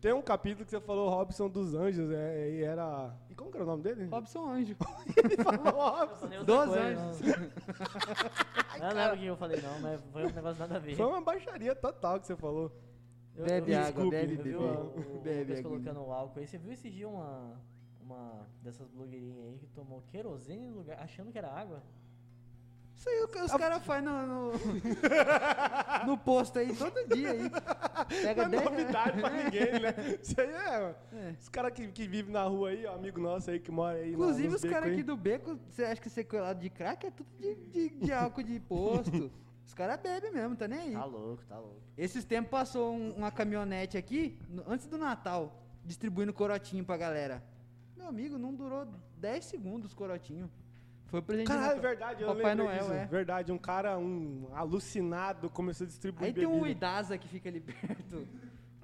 Tem um capítulo que você falou Robson dos Anjos, é, e era. E como que era o nome dele? Robson Anjo. Ele falou Robson. Falei outra Dos coisa, anjos. Não, não lembro o que eu falei, não, mas foi um negócio nada a ver. Foi uma baixaria total que você falou. Eu- Bebe eu- água, Scooby, bebe, eu vi bebê. o- o- o Bebe Lucas água. colocando o álcool aí. Você viu esse dia uma, uma dessas blogueirinhas aí que tomou querosene no lugar, achando que era água? Isso aí o que os Ah. caras fazem no, no, no posto aí todo dia aí. Pega né? Não é 10 novidade pra ninguém, né? Isso aí é. É. Os caras que, que vivem na rua aí, ó, amigo nosso aí que mora aí. na- Inclusive nos os becos caras aí. aqui do beco, você acha que sequelado de crack é tudo de, de, de álcool de posto. Os caras bebem mesmo, tá nem aí. Tá louco, tá louco. Esses tempos passou um- uma caminhonete aqui, no- antes do Natal, distribuindo corotinho pra galera. Meu amigo, não durou 10 segundos corotinho. Foi o presente de Caralho, é Natal. verdade, eu Papai lembro Noel, disso. é. Verdade, um cara, um alucinado, começou a distribuir Aí tem bebida. um Idasa que fica ali perto.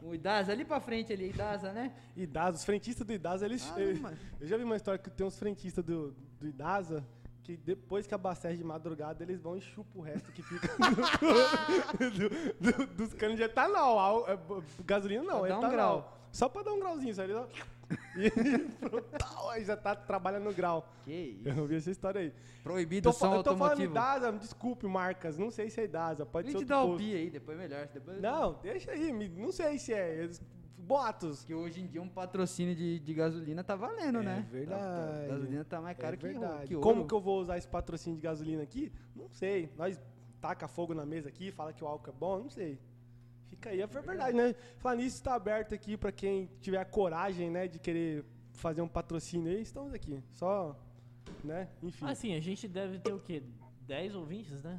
O Idasa, ali pra frente ali, Idasa, né? Idasa, os frentistas do Idasa, eles... Ah, eles- mas- eu já vi uma história que tem uns frentistas do, do Idasa que depois que abastece de madrugada, eles vão e chupam o resto que fica do- do- do- dos canos de etanol. Al- é, b- Gasolina não, Pra dar um etanol. grau. Só pra dar um grauzinho, sabe? Eles, ó, E pronto, tal, aí já tá trabalhando no grau. Que isso. Eu vi essa história aí. Proibido Tô, o som fa- eu tô falando automotivo. Idasa, me desculpe, marcas. Não sei se é Idasa, A pode ser gente outro dá o posto. pi aí, depois melhor. Depois Não, deixa aí, me- não sei se é. eles- Boatos. Que hoje em dia um patrocínio de, de gasolina tá valendo, É né? verdade. Tá- tá- gasolina tá mais caro é que, o- verdade. que ouro. Como que eu vou usar esse patrocínio de gasolina aqui? Não sei. Nós taca fogo na mesa aqui, fala que o álcool é bom, não sei. Fica aí, é verdade, né? Falar nisso, tá aberto aqui pra quem tiver a coragem, né, de querer fazer um patrocínio aí, estamos aqui. Só, né, enfim. Assim. Ah, sim, a gente deve ter o quê? 10 ouvintes, né?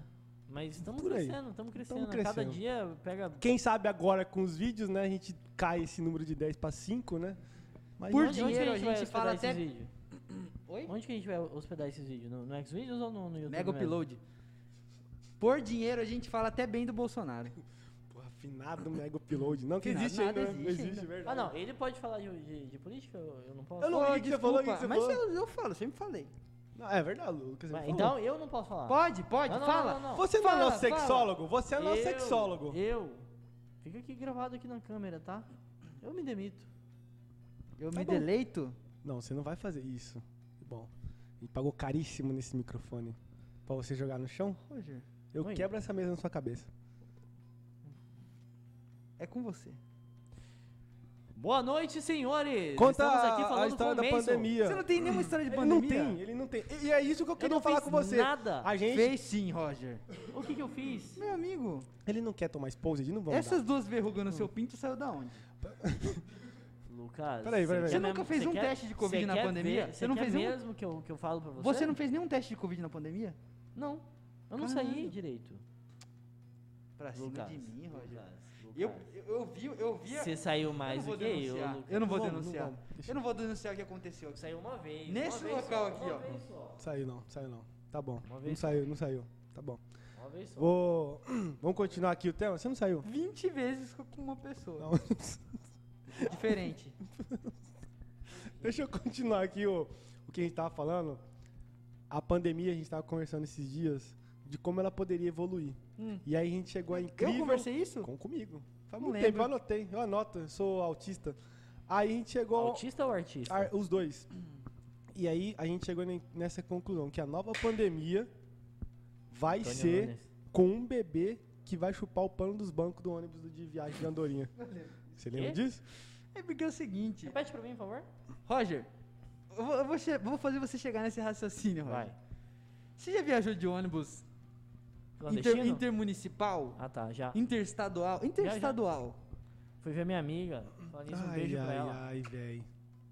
Mas estamos Por aí. crescendo, estamos crescendo. Tamo Cada crescendo. dia pega. Quem sabe agora com os vídeos, né, a gente cai esse número de 10 pra 5, né? Mas Por não- Onde- onde que dinheiro, a vai gente hospedar fala esses até- vídeos? Oi? Onde que a gente vai hospedar esses vídeos? No, no Xvideos ou no, no YouTube? Mega mesmo? upload. Por dinheiro a gente fala até bem do Bolsonaro. Porra, Finado Mega Upload. Não, que Finado existe ainda. nada né? existe existe, ainda. verdade. Ah, não, ele pode falar de, de- de política? Eu eu não posso? Eu não Ô, vi o que você falou, o que desculpa, você Mas falou. eu, eu falo, sempre falei. Não, é verdade, Lucas. Mas, ele falou. então eu não posso falar. Pode, pode, Não, não, fala. não, não, não. Você Ah. não é Fala, nosso sexólogo? Você é nosso Eu- sexólogo. Eu. Fica aqui gravado aqui na câmera, tá? Eu me demito. Eu Tá me bom. deleito? Não, você não vai fazer isso. Bom, ele pagou caríssimo nesse microfone. Pra você jogar no chão, Roger, eu Oi. quebro essa mesa na sua cabeça. é com você. Boa noite, senhores! Conta Estamos aqui a falando história da com o Mason. pandemia. Você não tem nenhuma história de Ele não pandemia? tem, ele não tem. E, e é isso que eu Eu queria não falar fiz com você. nada. A gente. Fez sim, Roger. O que que eu fiz? Meu amigo, Ele não quer tomar esposa de não vamos. Hum. essas duas verrugas no seu pinto saiu da onde? Lucas. Peraí, peraí, quer peraí. Você nunca fez você um quer- teste de Covid você na quer pandemia? ver- Você não quer fez um? mesmo que eu, que eu falo pra você? Você não fez nenhum teste de Covid na pandemia? Não. Eu não Caralho. saí direito. Pra cima Lucas. de mim, Roger. Lucas, Eu, Lucas. eu, eu vi, eu vi. Você saiu eu não mais vou do que eu. denunciar. Lucas. é Eu não vou Não vamos, denunciar. não vamos. Deixa- Eu não vou denunciar o que aconteceu aqui. Saiu uma vez. uma Nesse vez local só, aqui, uma ó. Vez só, Saiu não, saiu não. Tá bom. Uma Não vez saiu, não saiu. Tá bom. uma vez só. Ô, Vamos continuar aqui o tema? Você não saiu? 20 vezes com uma pessoa. Não. Diferente. Deixa eu continuar aqui o, o que a gente tava falando. A pandemia, a gente tava conversando esses dias de como ela poderia evoluir. Hum. E aí a gente chegou a incrível... Eu conversei isso? Com, comigo. Faz Não muito tempo, lembro. eu anotei. Eu anoto, eu sou autista. Aí a gente chegou... Autista ou artista? a- os dois. E aí a gente chegou ne- nessa conclusão, que a nova pandemia vai Antônio ser Nunes. com um bebê que vai chupar o pano dos bancos do ônibus de viagem de Andorinha. Você lembra Quê? disso? É porque é o seguinte. Repete pra mim, por favor. Roger, eu vou, eu vou che- vou fazer você chegar nesse raciocínio, Roger. Vai. Você já viajou de ônibus inter- Clandestino? intermunicipal? Ah, tá, já. Interestadual? Interestadual. Fui ver minha amiga. Falar nisso, um beijo pra ai, ela. ai, velho.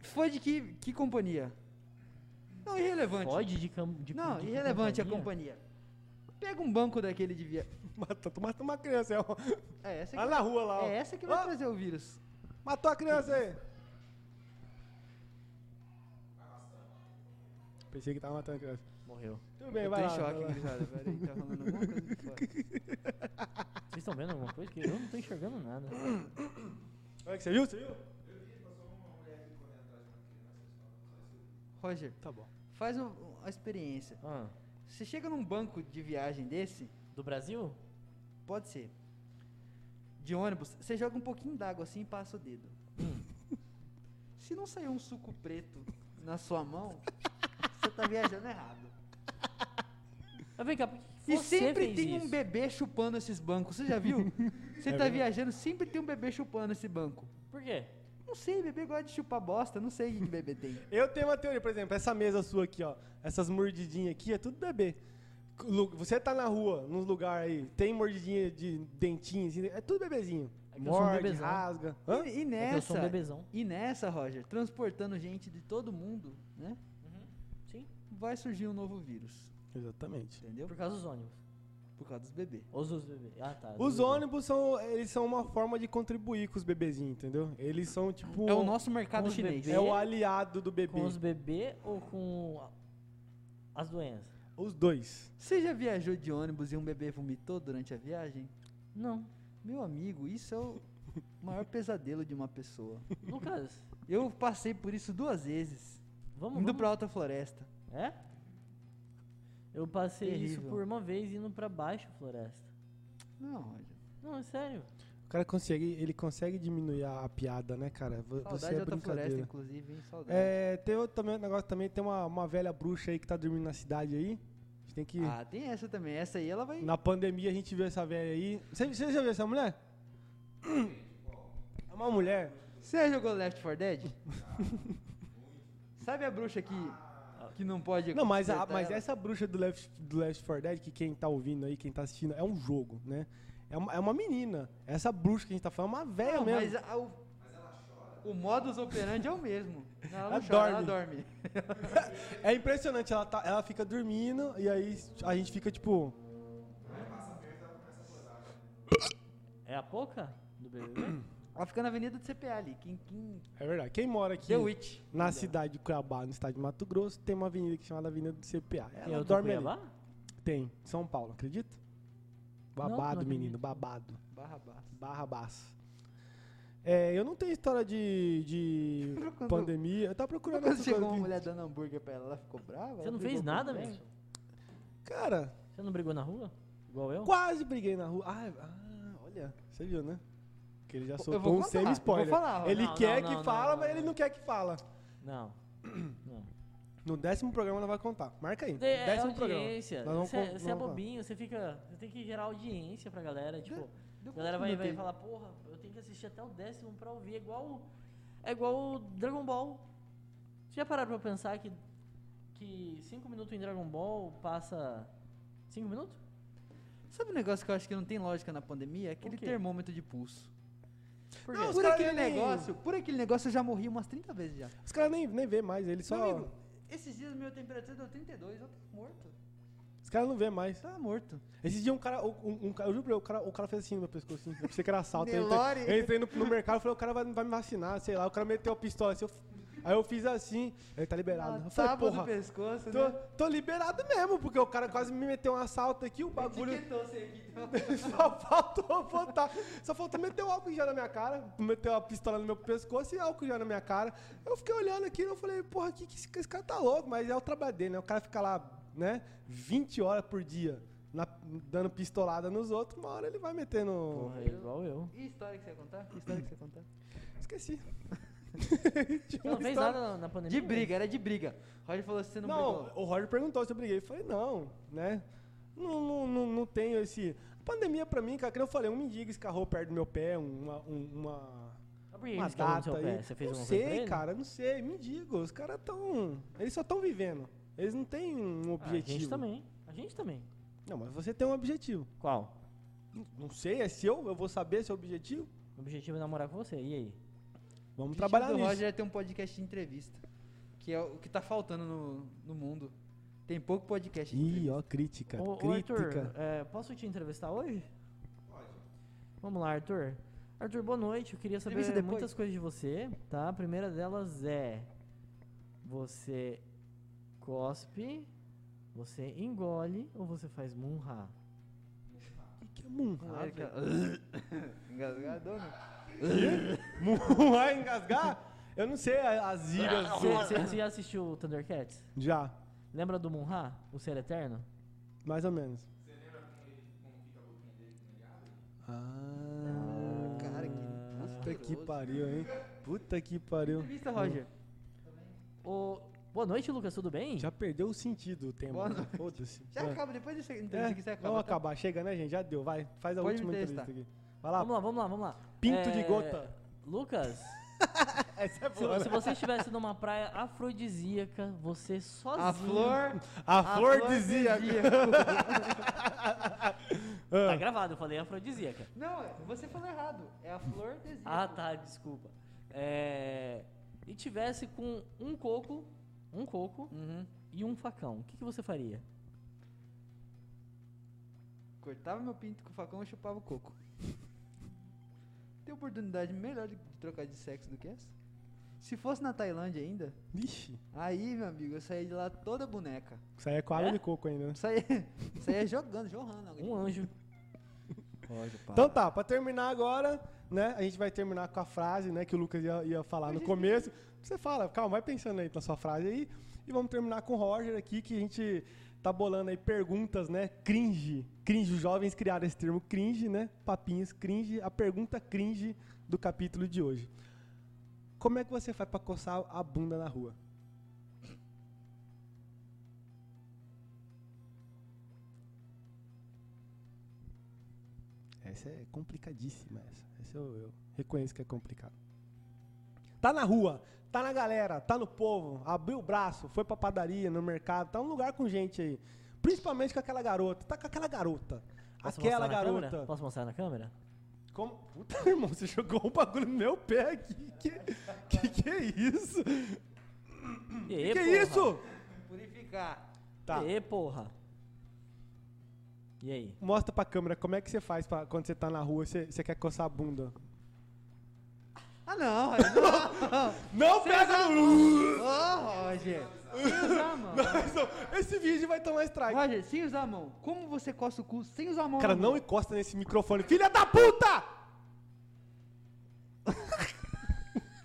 Foi de que, que companhia? Não, irrelevante. Pode de campo. De, Não, de que irrelevante a companhia. Pega um banco daquele de via. Mata, tu mata uma criança, é, ó. É essa Lá que, na rua lá, ó. é essa que vai Ó, trazer o vírus. Matou a criança aí. Pensei que tava matando a criança. Morreu. Tudo bem, eu tô vai em lá. choque, vai lá. gurizada. Peraí, tá rolando alguma coisa aqui fora. Vocês estão vendo alguma coisa? Que eu não tô enxergando nada. Olha é que você viu? Você viu? Roger, Tá bom. faz o- uma experiência. Ah, Você chega num banco de viagem desse, do Brasil? pode ser. De ônibus, você joga um pouquinho d'água assim e passa o dedo. Se não sair um suco preto na sua mão, você tá viajando errado. Mas Ah, vem cá, por que E você sempre fez tem isso? um bebê chupando esses bancos, você já viu? Você É tá verdade. viajando, sempre tem um bebê chupando esse banco. Por quê? Não sei, bebê gosta de chupar bosta, não sei o que que bebê tem. Eu tenho uma teoria, por exemplo, essa mesa sua aqui, ó. Essas mordidinhas aqui é tudo bebê. Lu- Você tá na rua, num lugar aí, tem mordidinha de dentinho, assim, é tudo bebezinho. É que eu sou um Morde, bebezão. rasga. Hã? E, e É que eu sou um nessa, bebezão. e nessa, Roger, transportando gente de todo mundo, né? Sim. Vai surgir um novo vírus, Exatamente. entendeu? Por causa dos ônibus. Por causa dos bebês. Ou dos bebês. Ah, tá. Os dos- ônibus são, eles são uma forma de contribuir com os bebezinhos, entendeu? Eles são tipo É o nosso mercado os chinês. bebê. é o aliado do bebê. Com os Os... bebês ou com a- as doenças? dois. Você já viajou de ônibus e um bebê vomitou durante a viagem? Não. Meu amigo, isso é o maior pesadelo de uma pessoa. Lucas, Eu passei por isso duas vezes, vamos. indo vamos- pra alta floresta. É? Eu passei isso Terrível. por uma vez indo pra baixo floresta. Não, Roger. Não, é sério. O cara consegue, ele consegue diminuir a, a piada, né, cara? Vo- Você Saudade é da floresta, brincadeira. inclusive, hein? Saudade. É, tem outro também, um negócio também, tem uma, uma velha bruxa aí que tá dormindo na cidade aí. A gente tem que Ah, tem essa também. Essa aí ela vai. Na pandemia a gente viu essa velha aí. Você, você já viu essa mulher? É uma mulher. Você já jogou Left 4 Dead? Sabe a bruxa que, que não pode. Não, mas, a- acertar mas ela? essa bruxa do Left, do Left 4 Dead, que quem tá ouvindo aí, quem tá assistindo, é um jogo, né? É uma, é uma menina. Essa bruxa que a gente tá falando é uma velha Não, mesmo. mas a- o... O modus operandi é o mesmo. Não, ela, Ela não chora, ela dorme. É impressionante, ela, tá- ela fica dormindo e aí a gente fica tipo. É a pouca do BBB? Ela fica na avenida do CPA ali. Quem, quem... É verdade. Quem mora aqui The Witch. na cidade de Cuiabá, no estado de Mato Grosso, tem uma avenida que é chamada Avenida do CPA. Ela eu dorme ali. Cuiabá? Tem, em São Paulo, acredita? Babado, não menino, acredito. babado. Barrabás. Barrabás. É, eu não tenho história de, de Procurando- pandemia. Eu tava procurando Quando outra chegou coisa uma aqui. mulher dando hambúrguer pra ela, ela ficou brava? Você Ela não brigou fez com nada, alguém? mesmo? Cara, Você não brigou na rua? Igual eu? quase briguei na rua. Ah, ah, olha, você viu, né? Que ele já Eu soltou vou um contar, semi-spoiler. eu vou falar, ó. Ele Não, quer não, que não, fala, não, mas não, ele não. não quer que fala. Não. Não. No décimo programa nós vai contar. Marca aí. É, é décimo programa. audiência. Nós vamos Você é- con- você é vamos falar. bobinho, você fica. Você tem que gerar audiência pra galera. Tipo, Deu a galera vai, quantos vai minutos falar, porra, eu tenho que assistir até o décimo pra ouvir. É igual. o- É igual o Dragon Ball. Você já pararam pra pensar que. Que 5 minutos em Dragon Ball passa. 5 minutos? aí? Sabe um negócio que eu acho que não tem lógica na pandemia? É Aquele quê? termômetro de pulso. Por Não, quê? os Por caras aquele nem- negócio, por aquele negócio eu já morri umas 30 vezes já. Os caras nem, nem vê mais, ele só. Meu amigo, esses dias minha temperatura deu 32, eu tô morto. Os caras não vê mais. Tá morto. Esses dias um cara, um, um cara- eu juro pra você, o cara, o cara fez assim no meu pescoço, assim, eu pensei que era assalto. Eu Nelore. entrei, eu entrei no, no mercado e falei, o cara vai, vai me vacinar, sei lá, o cara meteu a pistola. assim, eu f- aí eu fiz assim, ele tá Ah, liberado. Eu falei, Tábua do porra, pescoço, tô, né? tô liberado mesmo, porque o cara quase me meteu um assalto aqui, o bagulho Etiquetou você aqui, então. só faltou botar, só faltou meter o álcool em gel na minha cara, meteu a pistola no meu pescoço e álcool em gel na minha cara. Eu fiquei olhando aqui e eu falei, porra, que, que esse, esse cara tá louco, mas é o trabalho dele, né? O cara fica lá, né, 20 horas por dia na- dando pistolada nos outros, uma hora ele vai metendo... Porra, é igual eu. E história que você ia contar? Que história que você ia contar? Esqueci. Tinha Você uma não fez história- nada na, na pandemia? De briga, era de briga. Roger falou assim, você não, Não, brigou. o Roger perguntou se eu briguei. Eu falei, não, né? Não, não, não, não tenho esse. A pandemia pra mim, cara, que nem eu falei, um mendigo escarrou perto do meu pé, uma. um- uma... Mas por que uma eles cagam no seu data pé? aí. Você fez não alguma sei, coisa pra ele? cara, não sei. Mendigo, os caras tão. Eles só estão vivendo. Eles não têm um Ah, a objetivo. gente também. A gente também. Não, mas você tem um objetivo. Qual? Não sei, é seu, eu vou saber seu objetivo. O objetivo é namorar com você. E aí? Vamos O trabalhar objetivo nisso. do Roger é ter um podcast de entrevista. Que é o que tá faltando no, no mundo. Tem pouco podcast de Ih, entrevista. ó, crítica. Ô, ô, Tá, crítica. Arthur, é, posso te entrevistar hoje? Vamos lá, Arthur. Arthur, boa noite. Eu queria saber Entrevista depois. muitas coisas de você, tá? A primeira delas é... Você cospe, você engole ou você faz munra? O que, que é munra? Não era que- Engasgador, né? Munra engasgar? Eu não sei a- as gírias. Você já assistiu o Thundercats? Já, Lembra do munra, o ser eterno? mais ou menos. Ah, Cara, que puta que pariu, hein? Puta que pariu. Entrevista, Roger. Ô, boa noite, Lucas, tudo bem? Já perdeu o sentido o tema. Boa noite. Foda-se. Já Vai. acaba, depois dessa É, entrevista que você acaba. vamos tá? acabar, chega, né, gente? Já deu, vai. Faz a Pode última me entrevista testar. aqui. Vai lá, Vamos lá, vamos lá, vamos lá. pinto de É, gota. Lucas, Essa é se, boa, né? se você estivesse numa praia afrodisíaca, você sozinho... A flor... A, Tá a flor, dizia. Ah. Tá gravado, eu falei afrodisíaca. Não, é- você falou errado. É a flor desíaca. Ah, tá, desculpa. É, E tivesse com um coco, um coco Uhum. e um facão, o que, que você faria? Cortava meu pinto com o facão e chupava o coco. Tem oportunidade melhor de de trocar de sexo do que essa? Se fosse na Tailândia ainda, Vixe, aí, meu amigo, eu saía de lá toda boneca. isso aí é com água É? de coco ainda, né? Saía, saía jogando, jorrando. Um anjo. Então tá, pra terminar agora, né? A gente vai terminar com a frase, né, que o Lucas ia, ia falar no começo. Você fala, calma, vai pensando aí na sua frase aí. E vamos terminar com o Roger aqui, que a gente tá bolando aí perguntas, né? Cringe. Cringe, os jovens criaram esse termo cringe, né? Papinhos cringe, a pergunta cringe do capítulo de hoje. Como é que você faz pra coçar a bunda na rua? Essa é complicadíssima essa. Essa eu, eu reconheço que é complicado. Tá na rua, tá na galera, tá no povo, abriu o braço, foi pra padaria, no mercado, tá um lugar com gente aí. Principalmente com aquela garota, tá com aquela garota. Posso aquela mostrar na garota. câmera? Posso mostrar na câmera? Como? Puta, irmão, você jogou um bagulho no meu pé aqui. Que que, que é isso? E que que aí, porra? é isso? Purificar. Tá, E aí, porra? E aí? mostra pra câmera como é que você faz pra, quando você tá na rua, você, você quer coçar a bunda. Ah, não, Roger. Não, Não pega no... Ô, Roger. Sem usar a mão. Esse vídeo vai tomar strike. Roger, sem usar a mão. Como você coça o cu sem usar a mão? Cara, na não mão? encosta nesse microfone. Filha da puta!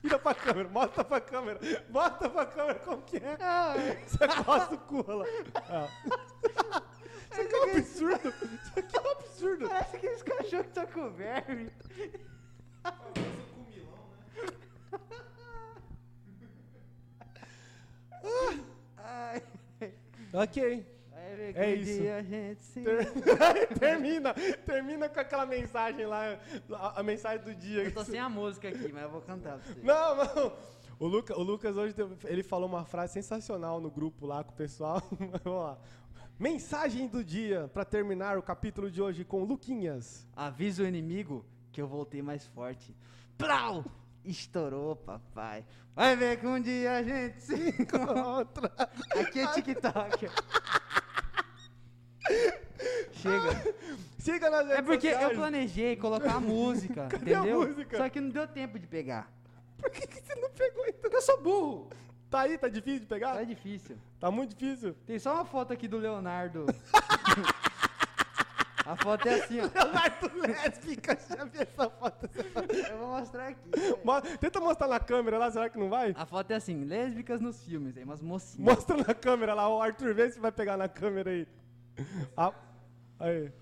Vira pra câmera, mostra pra câmera. Mostra pra câmera como que é. Ah, é. Você coça o cu, olha lá. Ah. Isso aqui é um absurdo. Isso aqui é um absurdo. Parece aqueles cachorros que tocam verme. Ai. Ok. Aí É é isso. isso. A gente se... Ter- termina, termina com aquela mensagem lá, a, a mensagem do dia. Eu tô sem a música aqui, mas eu vou cantar pra você. Não, não. O, Luca, o Lucas hoje teve- ele falou uma frase sensacional no grupo lá com o pessoal. Vamos lá. Mensagem do dia pra terminar o capítulo de hoje com Luquinhas. Avisa o inimigo que eu voltei mais forte. Plau! Estourou, papai. Vai ver que um dia a gente se encontra. Outra. Aqui é TikTok. Chega. Siga nas redes É porque eu sociais. planejei colocar a música, entendeu? a música? Só que não deu tempo de pegar. Por que, que você não pegou então? Porque eu sou burro. Tá aí, tá difícil de pegar? Tá difícil. Tá muito difícil. Tem só uma foto aqui do Leonardo. a foto é assim, ó. Leonardo lésbica, já vi essa foto. Eu vou mostrar aqui. Mo- Tenta mostrar na câmera lá, será que não vai? A foto é assim, lésbicas nos filmes, aí umas mocinhas. Mostra na câmera lá, o Arthur, vê se vai pegar na câmera aí. Ah, aí.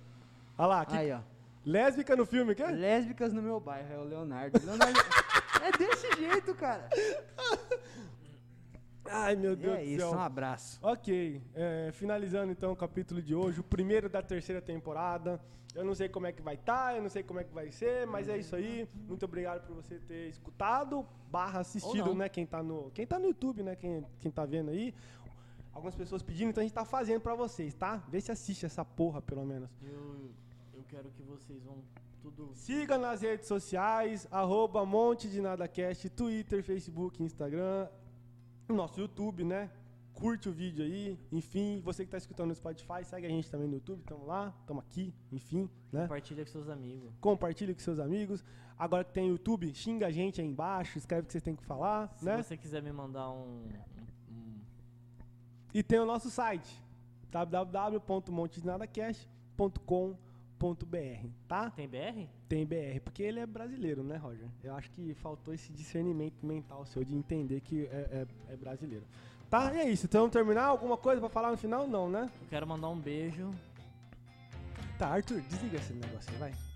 Olha lá, que Aí, ó. lésbica no filme, quer? Lésbicas no meu bairro, é o Leonardo. Leonardo- é desse jeito, cara. Ai, meu E Deus é do isso, céu. um abraço. Ok, é, finalizando então o capítulo de hoje, o primeiro da terceira temporada. Eu não sei como é que vai estar, eu não sei como é que vai ser, mas é isso aí. Muito obrigado por você ter escutado, barra assistido, não. né? Quem tá no, quem tá no YouTube, né? Quem, quem tá vendo aí. Algumas pessoas pedindo, então a gente tá fazendo pra vocês, tá? Vê se assiste essa porra, pelo menos. Eu, eu quero que vocês vão tudo. Siga nas redes sociais, arroba Monte de NadaCast, Twitter, Facebook, Instagram, o nosso YouTube, né? Curte o vídeo aí, enfim, você que tá escutando no Spotify, segue a gente também no YouTube, tamo lá, tamo aqui, enfim, né? Compartilha com seus amigos. Compartilha com seus amigos. Agora que tem YouTube, xinga a gente aí embaixo, escreve o que vocês têm que falar, Se né? você quiser me mandar um. um- um- E tem o nosso site, www.montedinadacast.com.br, tá? Tem BR? Tem BR, porque ele é brasileiro, né, Roger? Eu acho que faltou esse discernimento mental seu de entender que é, é- é brasileiro. Tá, e é isso. Então, vamos terminar? Alguma coisa pra falar no final? Não, né? Eu quero mandar um beijo Tá, Arthur, desliga esse negócio aí, vai.